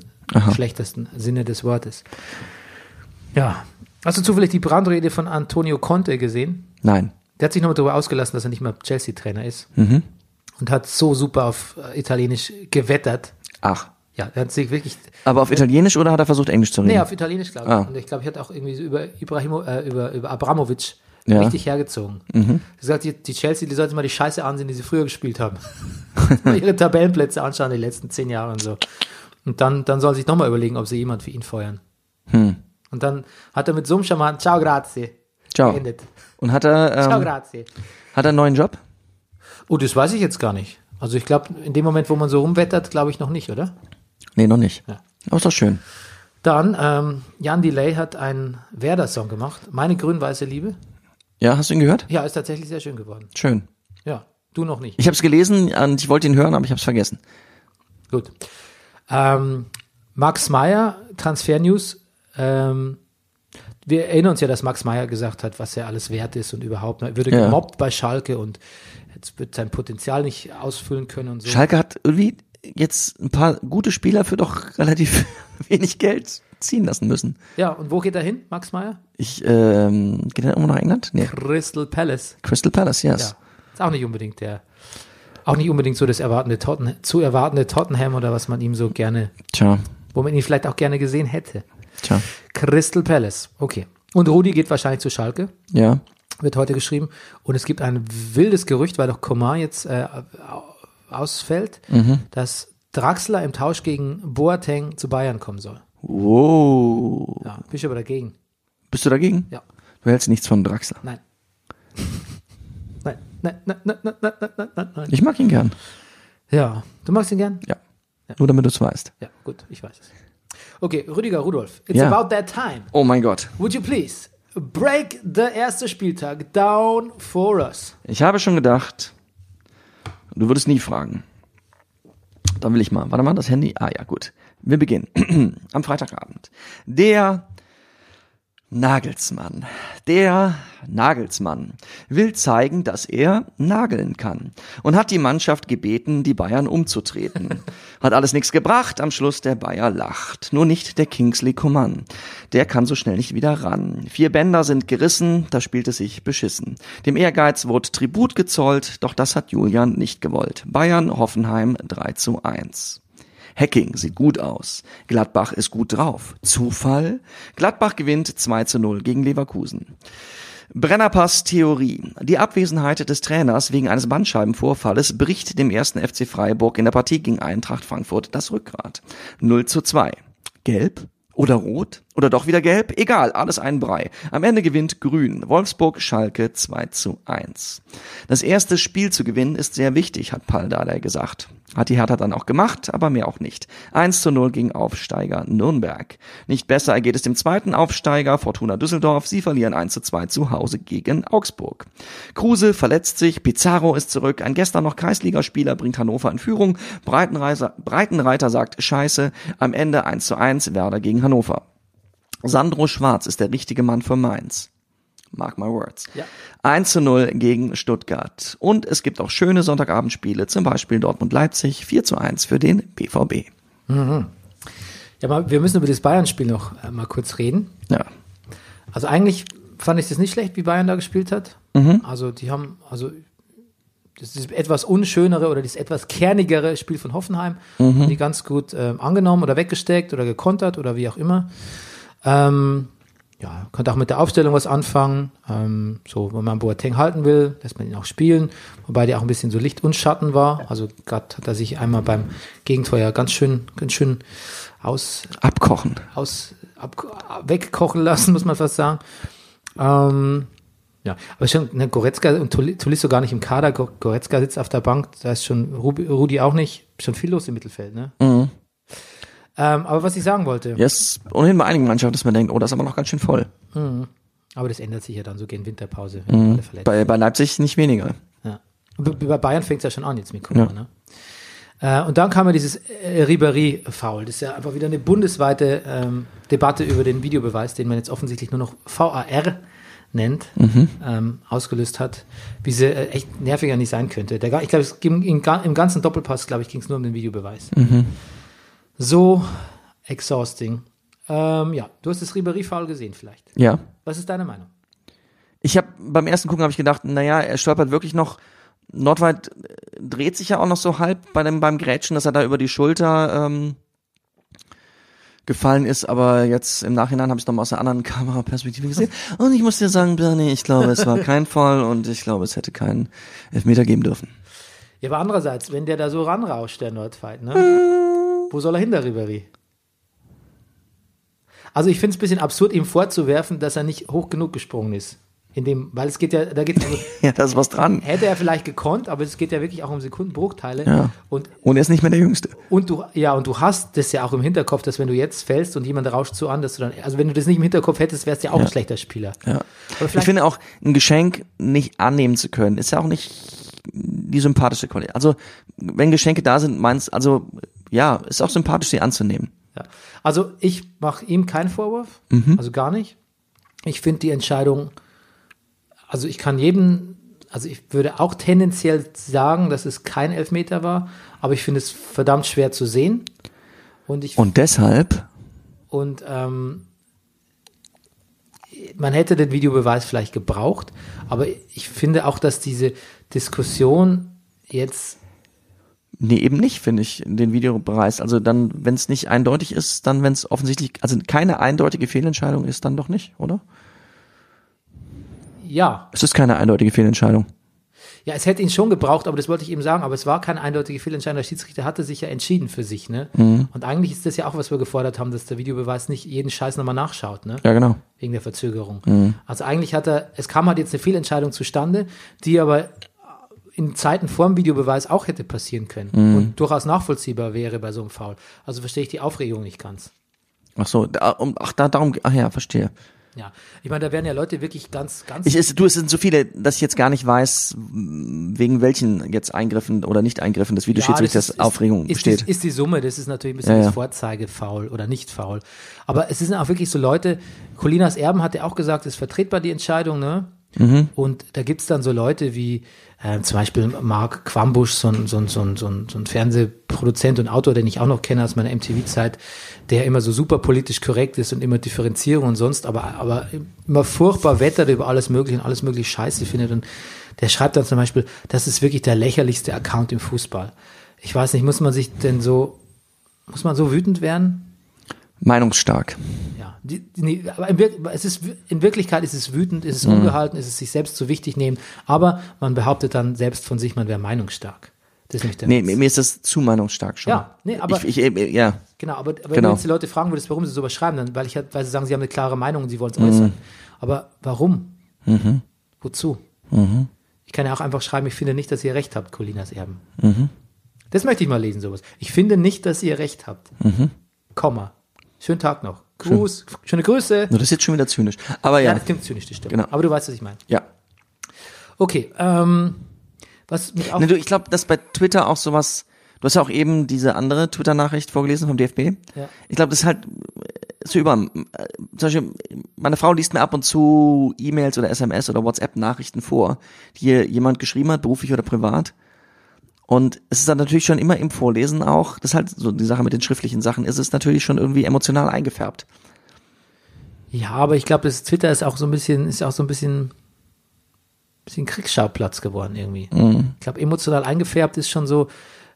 schlechtesten Sinne des Wortes. Ja. Hast du zufällig die Brandrede von Antonio Conte gesehen? Nein. Der hat sich nochmal darüber ausgelassen, dass er nicht mehr Chelsea-Trainer ist. Und hat so super auf äh, Italienisch gewettert. Ach. Ja, er hat sich wirklich, Aber auf Italienisch oder hat er versucht, Englisch zu reden? nee, auf Italienisch, glaube ich. Ah. Und ich glaube, ich hatte auch irgendwie so über, Ibrahimo, äh, über, über Abramovic Ja. Mhm. richtig hergezogen. Er sagt, die, die Chelsea, die sollten mal die Scheiße ansehen, die sie früher gespielt haben. (laughs) mal ihre Tabellenplätze anschauen, die letzten zehn Jahre und so. Und dann, dann sollen sie sich nochmal überlegen, ob sie jemand für ihn feuern. Hm. Und dann hat er mit so einem Schaman, ciao grazie, Ciao. geendet. Und hat er, Ciao ähm, grazie. hat er einen neuen Job? Oh, das weiß ich jetzt gar nicht. Also ich glaube, in dem Moment, wo man so rumwettert, glaube ich noch nicht, oder? Nee, noch nicht. Ja. Aber ist doch schön. Dann, ähm, Jan Delay hat einen Werder-Song gemacht, Meine grün-weiße Liebe. Ja, hast du ihn gehört? Ja, ist tatsächlich sehr schön geworden. Schön. Ja, du noch nicht. Ich habe es gelesen und ich wollte ihn hören, aber ich habe es vergessen. Gut. Ähm, Max Meyer, Transfer News. Ähm, wir erinnern uns ja, dass Max Meyer gesagt hat, was er alles wert ist und überhaupt. Er würde Ja. gemobbt bei Schalke und jetzt wird sein Potenzial nicht ausfüllen können und so. Schalke hat irgendwie jetzt ein paar gute Spieler für doch (laughs) relativ wenig Geld ziehen lassen müssen. ja, und wo geht er hin, Max Meyer? Ich, ähm, geht er irgendwo nach England? Nee. Crystal Palace. Crystal Palace, yes. Ja. Ist auch nicht unbedingt der. Auch nicht unbedingt so das erwartende Totten, zu erwartende Tottenham oder was man ihm so gerne, Tja, wo man ihn vielleicht auch gerne gesehen hätte. tja, Crystal Palace, okay. Und Rudi geht wahrscheinlich zu Schalke. ja. wird heute geschrieben. Und es gibt ein wildes Gerücht, weil doch Komar jetzt äh, ausfällt, dass Draxler im Tausch gegen Boateng zu Bayern kommen soll. Wow. Ja, bin ich aber dagegen. Bist du dagegen? Ja, Du hältst nichts von Draxler. nein. (laughs) nein, nein, nein, nein, nein, nein, nein, nein, nein, nein. Ich mag ihn gern. Ja, du magst ihn gern? Ja. Nur damit du es weißt. Ja, gut, ich weiß es. Okay, Rüdiger Rudolf, it's Ja. about that time. Oh mein Gott. Would you please break the erste Spieltag down for us? Ich habe schon gedacht, du würdest nie fragen. Dann will ich mal. Warte mal, das Handy. Ah ja, gut. Wir beginnen. (clears throat) Am Freitagabend. Der Nagelsmann. Der Nagelsmann will zeigen, dass er nageln kann und hat die Mannschaft gebeten, die Bayern umzutreten. Hat alles nichts gebracht, am Schluss der Bayer lacht. Nur nicht der Kingsley Coman. Der kann so schnell nicht wieder ran. Vier Bänder sind gerissen, da spielt es sich beschissen. Dem Ehrgeiz wurde Tribut gezollt, doch das hat Julian nicht gewollt. Bayern, Hoffenheim 3 zu 1. Hacking sieht gut aus. Gladbach ist gut drauf. Zufall? Gladbach gewinnt 2 zu 0 gegen Leverkusen. Brennerpass-Theorie. Die Abwesenheit des Trainers wegen eines Bandscheibenvorfalles bricht dem ersten FC Freiburg in der Partie gegen Eintracht Frankfurt das Rückgrat. 0 zu 2. Gelb oder rot oder doch wieder gelb? Egal, alles ein Brei. Am Ende gewinnt Grün. Wolfsburg, Schalke 2 zu 1. Das erste Spiel zu gewinnen ist sehr wichtig, hat Paul Dardai gesagt. Hat die Hertha dann auch gemacht, aber mehr auch nicht. 1 zu 0 gegen Aufsteiger Nürnberg. Nicht besser ergeht es dem zweiten Aufsteiger Fortuna Düsseldorf. Sie verlieren 1 zu 2 zu Hause gegen Augsburg. Kruse verletzt sich, Pizarro ist zurück. Ein gestern noch Kreisligaspieler bringt Hannover in Führung. Breitenreiser, Breitenreiter sagt Scheiße. Am Ende 1 zu 1 Werder gegen Hannover. Sandro Schwarz ist der richtige Mann für Mainz. Mark my words. Ja. 1 zu 0 gegen Stuttgart. Und es gibt auch schöne Sonntagabendspiele, zum Beispiel Dortmund-Leipzig 4 zu 1 für den BVB. Ja, aber wir müssen über das Bayern-Spiel noch äh, mal kurz reden. Ja. Also eigentlich fand ich das nicht schlecht, wie Bayern da gespielt hat. Also die haben, also das ist etwas unschönere oder das etwas kernigere Spiel von Hoffenheim, haben die ganz gut ähm, angenommen oder weggesteckt oder gekontert oder wie auch immer. Ähm, ja, könnte auch mit der Aufstellung was anfangen. Ähm, so, wenn man Boateng halten will, lässt man ihn auch spielen. Wobei der auch ein bisschen so Licht und Schatten war. Also gerade hat er sich einmal beim Gegentor ja ganz schön, ganz schön aus, Abkochen. aus, ab, wegkochen lassen, muss man fast sagen. Ähm, ja, aber schon, ne, Goretzka und Toli- Tolisso gar nicht im Kader. Go- Goretzka sitzt auf der Bank, da ist schon Rubi, Rudi auch nicht. Schon viel los im Mittelfeld, ne? Ähm, aber was ich sagen wollte, Ja, es ist ohnehin bei einigen Mannschaften, dass man denkt, oh, das ist aber noch ganz schön voll. aber das ändert sich ja dann so gegen Winterpause, wenn alle verletzt Bei, bei Leipzig nicht weniger. Ja. Und Bei bei Bayern fängt es ja schon an jetzt mit Corona. Ne? Äh, und dann kam ja dieses äh, Ribéry-Foul. Das ist ja einfach wieder eine bundesweite ähm, Debatte über den Videobeweis, den man jetzt offensichtlich nur noch VAR nennt, ähm, ausgelöst hat, wie sie äh, echt nerviger nicht sein könnte. Der, ga- ich glaube, es ging im, ga- im ganzen Doppelpass, glaube ich, ging es nur um den Videobeweis. So exhausting. Ähm, ja, du hast das Ribéry-Foul gesehen vielleicht. Ja. Was ist deine Meinung? Ich habe beim ersten Gucken habe ich gedacht, naja, er stolpert wirklich noch. Nordweit äh, dreht sich ja auch noch so halb bei dem, beim Grätschen, dass er da über die Schulter ähm, gefallen ist, aber jetzt im Nachhinein habe ich es nochmal aus der anderen (laughs) Kameraperspektive gesehen. Und ich muss dir sagen, Bernie, ich glaube, es war kein Fall und ich glaube, es hätte keinen Elfmeter geben dürfen. (laughs) Ja, aber andererseits, wenn der da so ranrauscht, der Nordfight, ne? Hm. Wo soll er hin, der Ribery? Also ich finde es ein bisschen absurd, ihm vorzuwerfen, dass er nicht hoch genug gesprungen ist. In dem, weil es geht ja, da (laughs) geht also, Ja, da ist was dran. hätte er vielleicht gekonnt, aber es geht ja wirklich auch um Sekundenbruchteile. Ja. Und, Und er ist nicht mehr der Jüngste. und du, ja, und du hast das ja auch im Hinterkopf, dass wenn du jetzt fällst und jemand rauscht so an, dass du dann, also wenn du das nicht im Hinterkopf hättest, wärst du ja auch ein schlechter Spieler. Ja. Aber Ich vielleicht, finde auch, ein Geschenk nicht annehmen zu können, ist ja auch nicht die sympathische Qualität. Also, wenn Geschenke da sind, meinst, also, ja, ist auch sympathisch, sie anzunehmen. Ja. Also ich mache ihm keinen Vorwurf, also gar nicht. Ich finde die Entscheidung, also ich kann jedem, also ich würde auch tendenziell sagen, dass es kein Elfmeter war, aber ich finde es verdammt schwer zu sehen. Und ich Und deshalb, und ähm, man hätte den Videobeweis vielleicht gebraucht, aber ich finde auch, dass diese Diskussion jetzt nee, eben nicht, finde ich, den Videobereich. Also dann, wenn es nicht eindeutig ist, dann, wenn es offensichtlich, also keine eindeutige Fehlentscheidung ist, dann doch nicht, oder? ja Es ist keine eindeutige Fehlentscheidung. Ja, es hätte ihn schon gebraucht, aber das wollte ich eben sagen. Aber es war keine eindeutige Fehlentscheidung. Der Schiedsrichter hatte sich ja entschieden für sich, ne? Mhm. Und eigentlich ist das ja auch, was wir gefordert haben, dass der Videobeweis nicht jeden Scheiß nochmal nachschaut, ne? Ja, Mhm. genau. Wegen der Verzögerung. Also eigentlich hat er, es kam halt jetzt eine Fehlentscheidung zustande, die aber in Zeiten vor dem Videobeweis auch hätte passieren können Mhm. und durchaus nachvollziehbar wäre bei so einem Foul. Also verstehe ich die Aufregung nicht ganz. Ach so, da, um, ach, da, darum, ach ja, verstehe. Ja, ich meine, da wären ja Leute wirklich ganz, ganz. Ich, es, du, es sind so viele, dass ich jetzt gar nicht weiß, wegen welchen jetzt Eingriffen oder Nicht-Eingriffen des Videoschiedsrichters das ist- Aufregung ist, besteht. Ist, ist die Summe, das ist natürlich ein bisschen Ja, ja. das Vorzeigefaul oder nicht faul. Aber es sind auch wirklich so Leute, Colinas Erben hat ja auch gesagt, ist vertretbar die Entscheidung, ne? Und da gibt's dann so Leute wie äh, zum Beispiel Marc Quambusch, so ein, so, ein, so, ein, so, ein, so ein Fernsehproduzent und Autor, den ich auch noch kenne aus meiner MTV-Zeit, der immer so super politisch korrekt ist und immer Differenzierung und sonst, aber, aber immer furchtbar wettert über alles Mögliche und alles Mögliche Scheiße findet. Und der schreibt dann zum Beispiel, das ist wirklich der lächerlichste Account im Fußball. Ich weiß nicht, muss man sich denn so, muss man so wütend werden? Meinungsstark. Ja, die, die, nee, aber in, Wir- es ist, in Wirklichkeit ist es wütend, ist es Mhm. ungehalten, ist es sich selbst zu wichtig nehmen, aber man behauptet dann selbst von sich, man wäre meinungsstark. Das ist nämlich der Nee, Witz. mir mir ist das zu meinungsstark schon. Ja, nee, aber- ich, ich, ja, Genau, aber, aber wenn du Genau. jetzt die Leute fragen würdest, warum sie sowas schreiben, dann, weil, ich, halt- weil sie sagen, sie haben eine klare Meinung und sie wollen es Mhm. äußern. Aber warum? Wozu? Mhm. Ich kann ja auch einfach schreiben, ich finde nicht, dass ihr recht habt, Colinas Erben. Mhm. Das möchte ich mal lesen, sowas. Ich finde nicht, dass ihr recht habt. Mhm. Komma. Schönen Tag noch. Gruß, schöne Grüße. Nur das ist jetzt schon wieder zynisch. Aber Ja, ja. das klingt zynisch, das stimmt. Genau. Aber du weißt, was ich meine. Ja. Okay, ähm, was mich auch... Ne, du, ich glaube, dass bei Twitter auch sowas, du hast ja auch eben diese andere Twitter-Nachricht vorgelesen vom DFB. Ja. Ich glaube, das ist halt äh, so über, äh, zum Beispiel, meine Frau liest mir ab und zu E-Mails oder SMS oder WhatsApp-Nachrichten vor, die ihr jemand geschrieben hat, beruflich oder privat. Und es ist dann natürlich schon immer im Vorlesen auch, das ist halt so die Sache mit den schriftlichen Sachen, ist es natürlich schon irgendwie emotional eingefärbt. Ja, aber ich glaube, das Twitter ist auch so ein bisschen, ist auch so ein bisschen, bisschen Kriegsschauplatz geworden irgendwie. Mhm. Ich glaube, emotional eingefärbt ist schon so,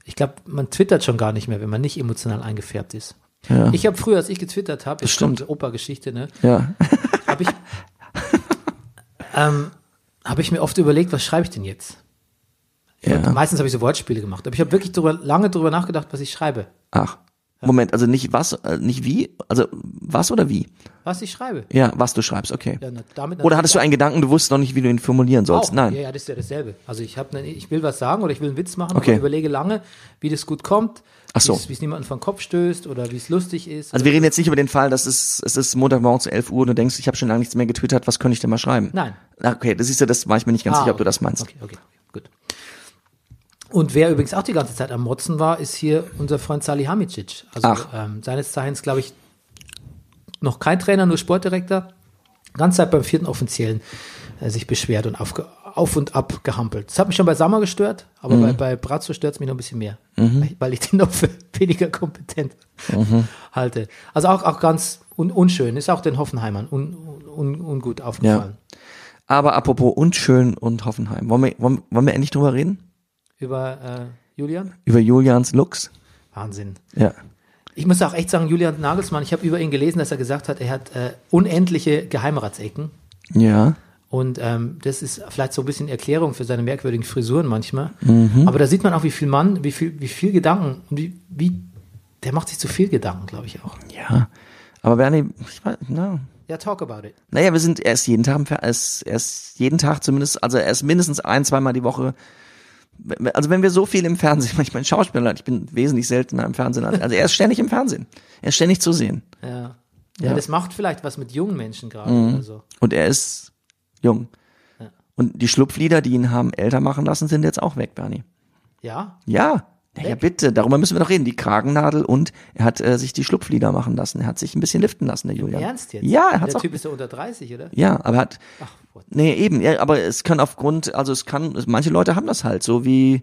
ich glaube, man twittert schon gar nicht mehr, wenn man nicht emotional eingefärbt ist. Ja. Ich habe früher, als ich getwittert habe, jetzt stimmt. kommt Opa-Geschichte, ne? Ja. Habe ich, (laughs) ähm, habe ich mir oft überlegt, was schreibe ich denn jetzt? Und ja. Meistens habe ich so Wortspiele gemacht, aber ich habe wirklich drüber, lange drüber nachgedacht, was ich schreibe. Ach. Moment, also nicht was, äh, nicht wie, also was oder wie? Was ich schreibe. Ja, was du schreibst, okay. Ja, na, damit Oder hattest du einen Gedanken, du wusstest noch nicht, wie du ihn formulieren sollst? Auch. Nein. Ja, ja, das ist ja dasselbe. Also ich habe, ne, ich will was sagen oder ich will einen Witz machen Okay. und überlege lange, wie das gut kommt, Ach so. wie es- wie es niemanden vom Kopf stößt oder wie es lustig ist. Also wir reden jetzt nicht über den Fall, dass es, es ist Montagmorgen zu 11 Uhr und du denkst, ich habe schon lange nichts mehr getwittert, was könnte ich denn mal schreiben? Nein. Ah, Okay, das ist ja, das war ich mir nicht ganz Ah, sicher, ob okay. du das meinst. Okay, okay, gut. Und wer übrigens auch die ganze Zeit am Motzen war, ist hier unser Freund Salihamidzic. Also Ach. ähm, seines Zeichens, glaube ich, noch kein Trainer, nur Sportdirektor. Ganz Zeit beim vierten Offiziellen äh, sich beschwert und auf, auf und ab gehampelt. Das hat mich schon bei Sammer gestört, aber Mhm. bei, bei Brazzo stört es mich noch ein bisschen mehr, weil, weil ich den noch für (laughs) weniger kompetent Mhm. halte. Also auch, auch ganz un, unschön, ist auch den Hoffenheimern un, un, ungut aufgefallen. Aber apropos Unschön und Hoffenheim, wollen wir, wollen, wollen wir endlich drüber reden? Über äh, Julian? Über Julians Looks? Wahnsinn. Ja. Ich muss auch echt sagen, Julian Nagelsmann, ich habe über ihn gelesen, dass er gesagt hat, er hat äh, unendliche Geheimratsecken. Ja. Und ähm, das ist vielleicht so ein bisschen Erklärung für seine merkwürdigen Frisuren manchmal. Mhm. Aber da sieht man auch, wie viel Mann, wie viel, wie viel Gedanken und wie, wie der macht sich zu viel Gedanken, glaube ich auch. Ja. Aber Bernie, ich weiß, na. Ja, talk about it. Naja, wir sind, er ist jeden Tag, im Fer- er ist, er ist jeden Tag zumindest, also er ist mindestens ein, zweimal die Woche. Also wenn wir so viel im Fernsehen, (laughs) ich meine Schauspieler, ich bin wesentlich seltener im Fernsehen. als- Also er ist ständig im Fernsehen. Er ist ständig zu sehen. Ja. Ja, das macht vielleicht was mit jungen Menschen gerade Mhm. oder so. Und er ist jung. Und die Schlupflieder, die ihn haben älter machen lassen, sind jetzt auch weg, Bernie. Ja, Ja. Naja, bitte, darüber müssen wir doch reden. Die Kragennadel und er hat äh, sich die Schlupflieder machen lassen. Er hat sich ein bisschen liften lassen, der Julian. ernst jetzt? Ja, er hat's Der auch Typ ist ja unter 30, oder? Ja, aber hat. Ach, what? nee, eben, ja, aber es kann aufgrund, also es kann, es- manche Leute haben das halt, so wie,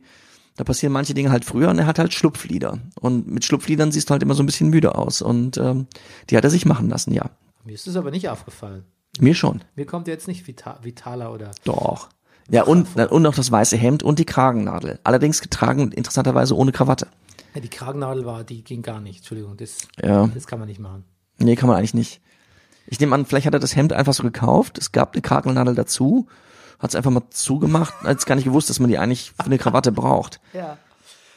da passieren manche Dinge halt früher und er hat halt Schlupflieder. Und mit Schlupfliedern siehst du halt immer so ein bisschen müde aus. Und ähm, die hat er sich machen lassen, ja. Mir ist das aber nicht aufgefallen. Mir schon. Mir kommt jetzt nicht Vita Vitaler oder Doch. Ja, und, und noch das weiße Hemd und die Kragennadel. Allerdings getragen, interessanterweise ohne Krawatte. Ja, die Kragennadel war, die ging gar nicht. Entschuldigung, das, Ja. das kann man nicht machen. Nee, kann man eigentlich nicht. Ich nehme an, vielleicht hat er das Hemd einfach so gekauft. Es gab eine Kragennadel dazu. Hat es einfach mal zugemacht. Hat jetzt gar nicht gewusst, dass man die eigentlich für eine Krawatte braucht. Ja.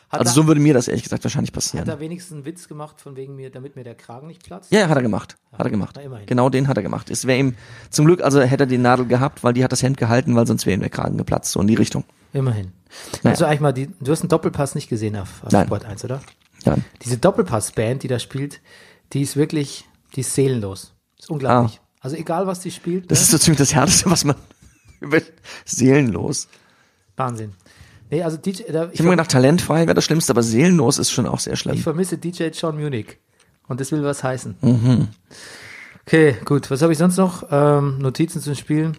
Hat, Also er, so würde mir das ehrlich gesagt wahrscheinlich hat passieren. er wenigstens einen Witz gemacht, von wegen mir, damit mir der Kragen nicht platzt? Ja, hat er gemacht. Hat er gemacht. Na, immerhin. Genau den hat er gemacht. Es wäre ihm zum Glück, also hätte er die Nadel gehabt, weil die hat das Hemd gehalten, weil sonst wäre ihm der Kragen geplatzt. So in die Richtung. Immerhin. Naja. Also eigentlich mal, die, du hast einen Doppelpass nicht gesehen auf, auf Nein. Sport 1, oder? Ja. Diese Doppelpass-Band, die da spielt, die ist wirklich, die ist seelenlos. Ist unglaublich. Also egal, was die spielt, Ah. ne? Das ist so ziemlich das Härteste, was man (laughs) über seelenlos. Wahnsinn. Nee, also DJ, da, Ich habe mir gedacht, talentfrei wäre das Schlimmste, aber seelenlos ist schon auch sehr Ich schlimm. vermisse DJ John Munich. Und das will was heißen. Okay, gut. Was habe ich sonst noch? Ähm, Notizen zum Spielen.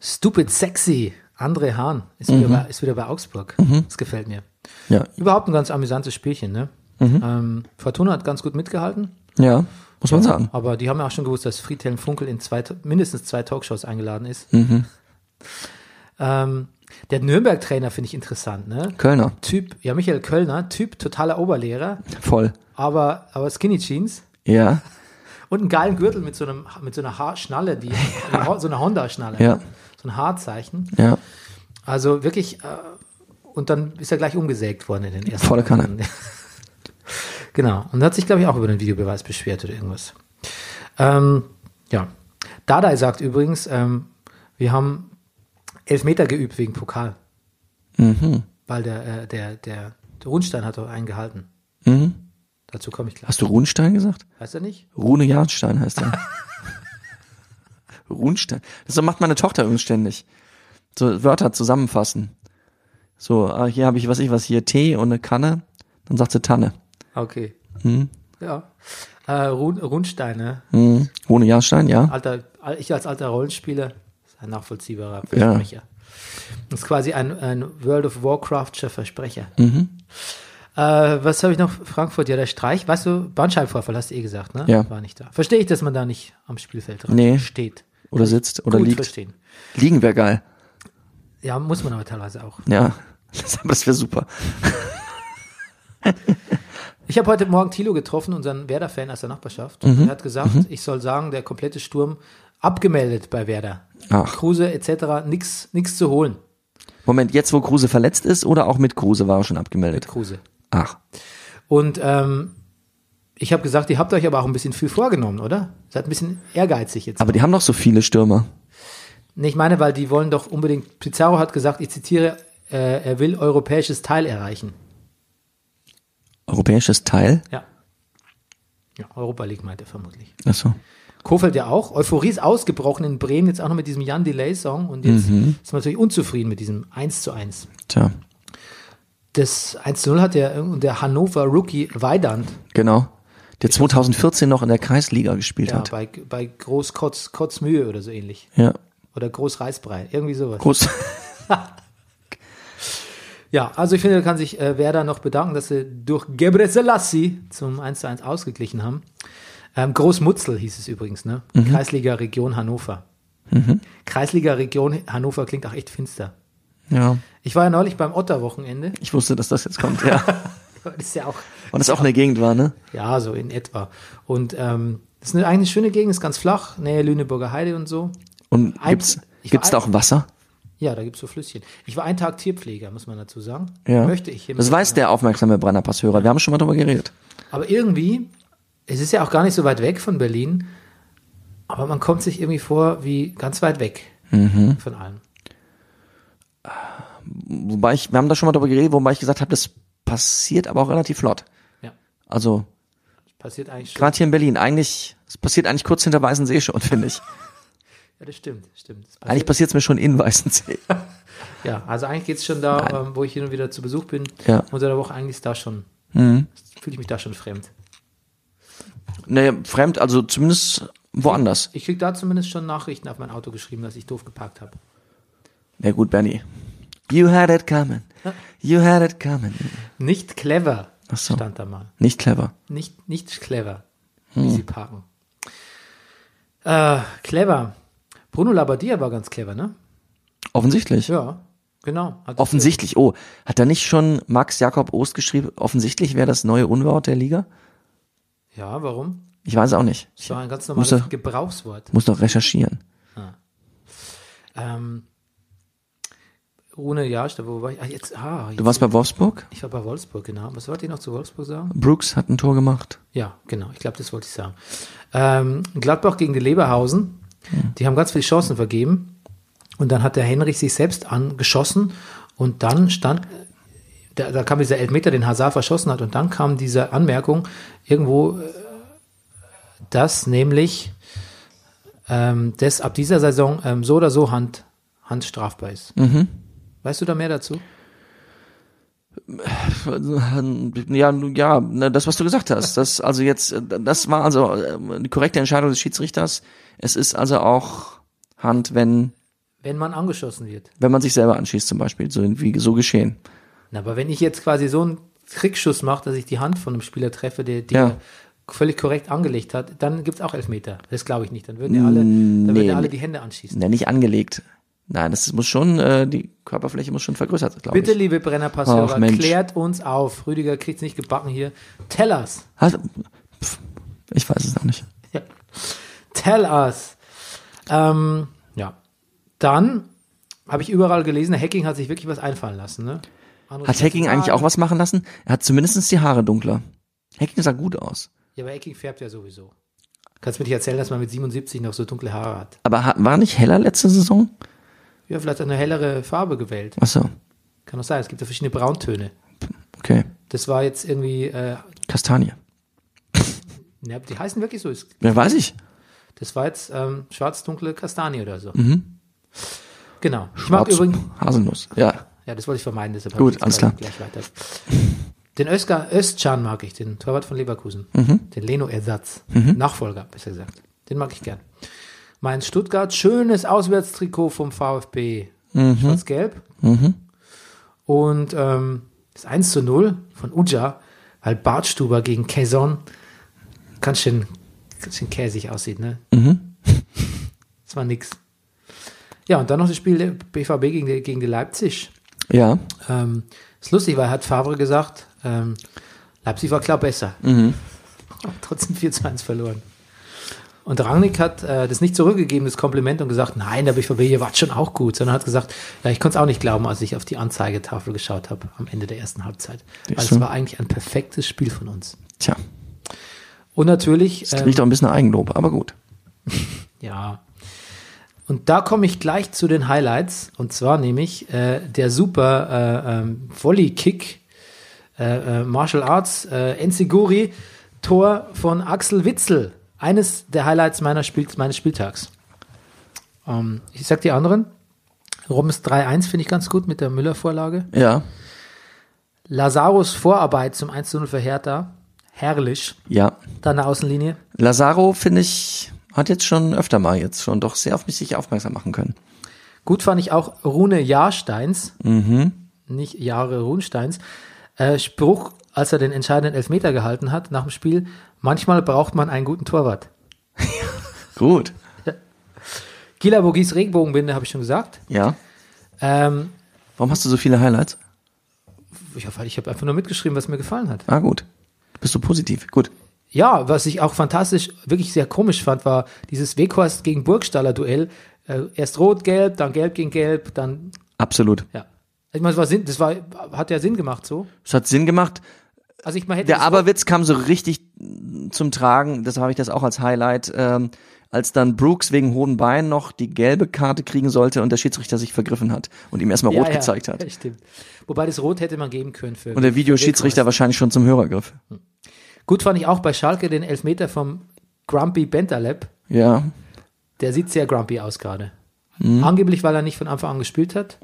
Stupid Sexy. André Hahn ist, wieder, bei, ist wieder bei Augsburg. Das gefällt mir. Ja. Überhaupt ein ganz amüsantes Spielchen, ne? Ähm, Fortuna hat ganz gut mitgehalten, Ja. Muss man sagen. aber die haben ja auch schon gewusst, dass Friedhelm Funkel in zwei, mindestens zwei Talkshows eingeladen ist. Ähm, der Nürnberg-Trainer finde ich interessant, ne? Kölner. Typ, ja, Michael Kölner, Typ totaler Oberlehrer, Voll. aber, aber Skinny Jeans Ja. und einen geilen Gürtel mit so, einem, mit so einer Haarschnalle, die, so einer Honda-Schnalle, Ja. so ein Haarzeichen. Ja. Also wirklich, äh, und dann ist er gleich umgesägt worden in den ersten Volle Kanne. Minuten. (laughs) Genau. Und hat sich, glaube ich, auch über den Videobeweis beschwert oder irgendwas. Ähm, ja. Dadai sagt übrigens, ähm, wir haben Elfmeter geübt wegen Pokal. Mhm, Weil der, äh, der, der, der Rundstein hat doch einen gehalten. Mhm. Dazu komme ich gleich. Hast du Runstein gesagt? Heißt er nicht? Rune Jahnstein heißt er. Runstein. Das macht meine Tochter übrigens ständig. So Wörter zusammenfassen. So, ah, hier habe ich, was ich was, hier Tee und eine Kanne. Dann sagt sie Tanne. Okay. Ja. Äh, Run, Rundstein, ne? Hm. Rune Jahnstein, ja. Alter, al- ich als alter Rollenspieler, ist ein nachvollziehbarer Ja. Versprecher. Das ist quasi ein, ein World of Warcraft-scher Versprecher. Mhm. Äh, was habe ich noch? Frankfurt, ja, der Streich. Weißt du, Bandscheibenvorfall hast du eh gesagt, ne? Ja. War nicht da. Verstehe ich, dass man da nicht am Spielfeld dran Nee. steht. Oder sitzt oder Gut liegt. verstehen. Liegen wäre geil. Ja, muss man aber teilweise auch. Ja. (laughs) Das, aber das wäre super. Ich habe heute Morgen Thilo getroffen, unseren Werder-Fan aus der Nachbarschaft. Und er hat gesagt, ich soll sagen, der komplette Sturm abgemeldet bei Werder. Ach. Kruse etc., nix, nix zu holen. Moment, jetzt wo Kruse verletzt ist oder auch mit Kruse war er schon abgemeldet? Kruse. Ach. Und ähm, ich habe gesagt, ihr habt euch aber auch ein bisschen viel vorgenommen, oder? Seid ein bisschen ehrgeizig jetzt. Aber die haben doch so viele Stürmer. nee, ich meine, weil die wollen doch unbedingt, Pizarro hat gesagt, ich zitiere, äh, er will europäisches Teil erreichen. Europäisches Teil? Ja. Ja, Europa League meint er vermutlich. Ach so. Kofeld ja auch. Euphorie ist ausgebrochen in Bremen, jetzt auch noch mit diesem Jan Delay-Song. Und jetzt ist man natürlich unzufrieden mit diesem 1 zu 1. Tja. Das 1 zu 0 hat der, der Hannover Rookie Weidand Genau. Der 2014 noch in der Kreisliga gespielt ja, hat. bei, bei Groß Kotz, Kotzmühe oder so ähnlich. Ja. Oder Groß Reisbrei, irgendwie sowas. Groß. Ja, also ich finde, da kann sich äh, Werder noch bedanken, dass sie durch Gebre Selassie zum 1 zu 1 ausgeglichen haben. Ähm, Großmutzel hieß es übrigens, ne? Kreisliga Region Hannover. Kreisliga Region Hannover klingt auch echt finster. Ja. Ich war ja neulich beim Otter-Wochenende. Ich wusste, dass das jetzt kommt, ja. (laughs) Das ist ja auch, Und das auch in der Gegend war, ne? ja, so in etwa. Und ähm, das ist eine, eigentlich eine schöne Gegend, ist ganz flach, nähe Lüneburger Heide und so. Und Ein- gibt's, ich gibt's da war- auch Wasser? Ja, da gibt's so Flüsschen. Ich war einen Tag Tierpfleger, muss man dazu sagen. Ja. Möchte ich hier Das mit- weiß der aufmerksame Brennerpass-Hörer. Wir haben schon mal drüber geredet. Aber irgendwie, es ist ja auch gar nicht so weit weg von Berlin, aber man kommt sich irgendwie vor wie ganz weit weg Mhm. von allem. Wobei ich, wir haben da schon mal drüber geredet, wobei ich gesagt habe, das passiert aber auch relativ flott. Ja, Also, passiert eigentlich schon. gerade hier in Berlin, eigentlich, es passiert eigentlich kurz hinter Weißensee schon, (laughs) finde ich. Ja, das stimmt, stimmt. Das passiert. Eigentlich passiert es mir schon in Weißensee. Ja, also eigentlich geht's schon da, ähm, wo ich hin und wieder zu Besuch bin. Ja. Mhm. Unter der Woche eigentlich ist da schon, fühle ich mich da schon fremd. Naja, fremd, also zumindest woanders. Ich krieg da zumindest schon Nachrichten auf mein Auto geschrieben, dass ich doof geparkt habe. Na gut, Benny. You had it coming. You had it coming. Nicht clever, Ach so. stand da mal. Nicht clever. Nicht, nicht clever, Hm. wie sie parken. Äh, clever. Bruno Labbadia war ganz clever, ne? Offensichtlich. Ja, genau. Hat- Offensichtlich. Oh, hat da nicht schon Max Jakob Ost geschrieben, offensichtlich wäre das neue Unwort der Liga? Ja, warum? Ich weiß auch nicht. Das war ein ganz Muss normales er- Gebrauchswort. Muss noch recherchieren. Ähm, Rune Jasch, da wo war ich? Ah, jetzt, ah, jetzt, Du warst bei Wolfsburg? ich war bei Wolfsburg, genau. Was wollte ich noch zu Wolfsburg sagen? Brooks hat ein Tor gemacht. Ja, genau. Ich glaube, das wollte ich sagen. Ähm, Gladbach gegen die Leberhausen. Die haben ganz viele Chancen vergeben. Und dann hat der Henrich sich selbst angeschossen. Und dann stand, da, da kam dieser Elfmeter, den Hazard verschossen hat. Und dann kam diese Anmerkung irgendwo, äh, dass nämlich ähm, das ab dieser Saison ähm, so oder so Hand, Hand strafbar ist. Weißt du da mehr dazu? Ja, nun, ja, ne, das, was du gesagt hast. Das, also jetzt, äh, das war also äh, die korrekte Entscheidung des Schiedsrichters. Es ist also auch Hand, wenn, Wenn man angeschossen wird. wenn man sich selber anschießt, zum Beispiel. So, wie, so geschehen. Na, aber wenn ich jetzt quasi so einen Trickschuss mache, dass ich die Hand von einem Spieler treffe, der die Ja. völlig korrekt angelegt hat, dann gibt's auch Elfmeter. Das glaube ich nicht. Dann würden ja alle, Mm, dann würden ja alle die Hände anschießen. Na, nicht angelegt. Nein, das muss schon, äh, die Körperfläche muss schon vergrößert, glaube ich. Bitte, liebe Brennerpasshörer, Ach, Mensch. klärt uns auf. Rüdiger kriegt's nicht gebacken hier. Tell us. Also, pf, ich weiß es noch nicht. Ja. Tell us. Ähm, ja. Dann habe ich überall gelesen, der Hacking hat sich wirklich was einfallen lassen. Ne? Andere Hat Hacking sagen, eigentlich ah, auch was machen lassen? Er hat zumindestens die Haare dunkler. Hacking sah gut aus. Ja, aber Ecking färbt ja sowieso. Kannst mir nicht erzählen, dass man mit 77 noch so dunkle Haare hat? Aber hat, war nicht heller letzte Saison? Ja, vielleicht eine hellere Farbe gewählt. Achso, Kann auch sein. Es gibt ja verschiedene Brauntöne. okay. Das war jetzt irgendwie, äh, Kastanie. ne, die heißen wirklich so. Es- Ja, weiß ich. Das war jetzt ähm, schwarz-dunkle Kastanie oder so. Genau. Ich mag Schwarz- übrigens, Haselnuss. Ja. ja, das wollte ich vermeiden, deshalb Gut, habe ich jetzt alles klar. gleich weiter. Den Özkan, Özcan mag ich, den Torwart von Leverkusen. Mhm. Den Leno-Ersatz. Nachfolger, besser gesagt. Den mag ich gern. Mein Stuttgart, schönes Auswärtstrikot vom VfB. Mhm. Schwarz-Gelb. Und ähm, das 1 zu 0 von Uja, weil Bartstuber gegen Quezon ganz schön, ganz schön käsig aussieht, ne? Mhm. Das war nix. Ja, und dann noch das Spiel der BVB gegen die, gegen die Leipzig. Ja. Ähm, ist lustig, weil hat Favre gesagt, ähm, Leipzig war klar besser. Und trotzdem 4 zu 1 verloren. Und Rangnick hat äh, das nicht zurückgegeben, das Kompliment, und gesagt, nein, der BVB, ihr wart schon auch gut. Sondern hat gesagt, ja, ich konnte es auch nicht glauben, als ich auf die Anzeigetafel geschaut habe am Ende der ersten Halbzeit. Weil es du? war eigentlich ein perfektes Spiel von uns. ähm, Tja. Und natürlich... Das riecht auch ein bisschen nach Eigenlob, aber gut. Ja. Und da komme ich gleich zu den Highlights. Und zwar nämlich äh, der super äh, ähm, Volley-Kick, äh, äh, Martial Arts, äh, Enziguri, Tor von Axel Witzel. Eines der Highlights meiner Spiel meines Spieltags. Ähm, ich sag die anderen. Roms 3-1 finde ich ganz gut mit der Müller-Vorlage. Ja. Lazarus Vorarbeit zum 1-0 für Hertha. Herrlich. Ja. Da an der Außenlinie. Lazaro, finde ich, hat jetzt schon öfter mal jetzt schon doch sehr auf mich sich aufmerksam machen können. Gut fand ich auch Rune Jahrsteins, nicht Jahre Runsteins, äh, Spruch, als er den entscheidenden Elfmeter gehalten hat nach dem Spiel, manchmal braucht man einen guten Torwart. Gut. Gila Bogis Regenbogenbinde habe ich schon gesagt. Ja. Ähm, Warum hast du so viele Highlights? ich hab- ich habe einfach nur mitgeschrieben, was mir gefallen hat. Ah, gut. Bist du positiv? Gut. Ja, was ich auch fantastisch, wirklich sehr komisch fand, war dieses Weghorst gegen Burgstaller Duell. Äh, erst rot-gelb, dann gelb gegen gelb, dann, Absolut. ja. Ich meine, das, war Sinn, das war, hat ja Sinn gemacht so. Es hat Sinn gemacht. Also ich meine, hätte Der das- Aberwitz kam so richtig zum Tragen, das habe ich das auch als Highlight, ähm, als dann Brooks wegen hohen Bein noch die gelbe Karte kriegen sollte und der Schiedsrichter sich vergriffen hat und ihm erstmal rot gezeigt hat. Ja, stimmt. Wobei das Rot hätte man geben können für. Und der Videoschiedsrichter wahrscheinlich schon zum Hörergriff. Gut fand ich auch bei Schalke den Elfmeter vom Grumpy Bentaleb. Ja, Der sieht sehr grumpy aus gerade. Mhm. Angeblich, weil er nicht von Anfang an gespielt hat.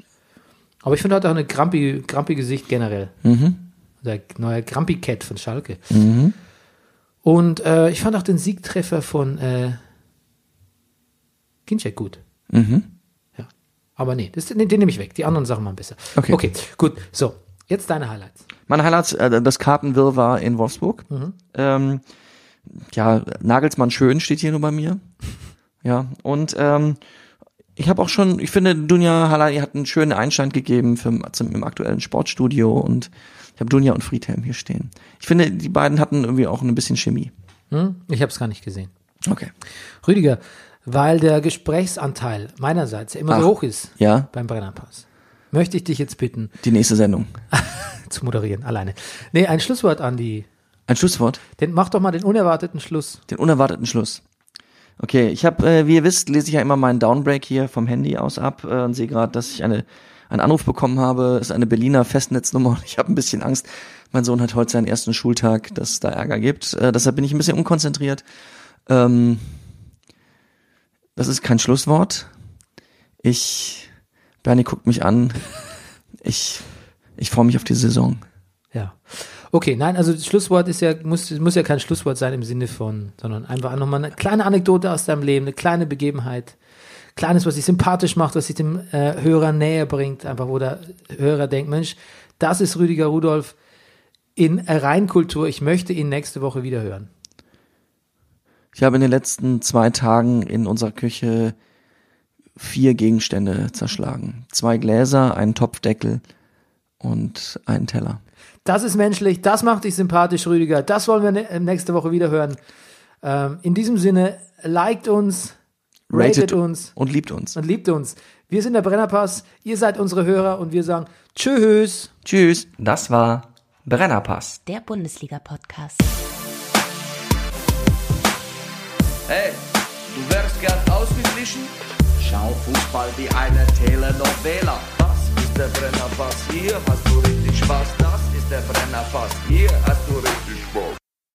Aber ich finde, er hat auch eine grumpy, grumpy Gesicht generell. Mhm. Der neue Grumpy Cat von Schalke. Und äh, ich fand auch den Siegtreffer von äh, Ginczek gut. Mhm. Ja. Aber nee, das, den, den nehme ich weg. Die anderen Sachen waren besser. Okay. okay, gut. So, jetzt deine Highlights. Mein Highlight, äh, das Kartenwirrwarr in Wolfsburg. Ähm, ja, Nagelsmann schön steht hier nur bei mir. Ja, und ähm, ich habe auch schon, ich finde, Dunja Halali hat einen schönen Einstand gegeben für, zum, im aktuellen Sportstudio und ich habe Dunja und Friedhelm hier stehen. Ich finde, die beiden hatten irgendwie auch ein bisschen Chemie. Hm? Ich habe es gar nicht gesehen. Okay. Rüdiger, weil der Gesprächsanteil meinerseits ja immer so Ach. hoch ist Ja, beim Brennerpass, möchte ich dich jetzt bitten, die nächste Sendung. zu moderieren, alleine. Nee, ein Schlusswort, Andi. Ein Schlusswort. Denn mach doch mal den unerwarteten Schluss. Den unerwarteten Schluss. Okay, ich habe, äh, wie ihr wisst, lese ich ja immer meinen Downbreak hier vom Handy aus ab äh, und sehe gerade, dass ich eine, einen Anruf bekommen habe. Es ist eine Berliner Festnetznummer und ich habe ein bisschen Angst. Mein Sohn hat heute seinen ersten Schultag, dass es da Ärger gibt. Äh, deshalb bin ich ein bisschen unkonzentriert. Ähm, das ist kein Schlusswort. Ich, Bernie guckt mich an. Ich, ich freue mich auf die Saison. Ja. Okay, nein, also das Schlusswort ist ja, muss, muss ja kein Schlusswort sein im Sinne von, sondern einfach nochmal eine kleine Anekdote aus deinem Leben, eine kleine Begebenheit. Kleines, was dich sympathisch macht, was dich dem äh, Hörer näher bringt, einfach wo der Hörer denkt, Mensch, das ist Rüdiger Rudolf in Reinkultur, ich möchte ihn nächste Woche wieder hören. Ich habe in den letzten zwei Tagen in unserer Küche vier Gegenstände zerschlagen. Zwei Gläser, einen Topfdeckel und einen Teller. Das ist menschlich, das macht dich sympathisch, Rüdiger. Das wollen wir ne nächste Woche wieder hören. Ähm, in diesem Sinne, liked uns, ratet, uns und liebt uns. und liebt uns. Wir sind der Brennerpass, ihr seid unsere Hörer und wir sagen Tschüss. Tschüss. Das war Brennerpass. Der Bundesliga-Podcast. Hey, du wärst gern ausgeglichen? Schau Fußball wie eine Telenovela. Das ist der Brennerpass, hier hast du richtig Spaß. Das ist der Brennerpass, hier hast du richtig Spaß.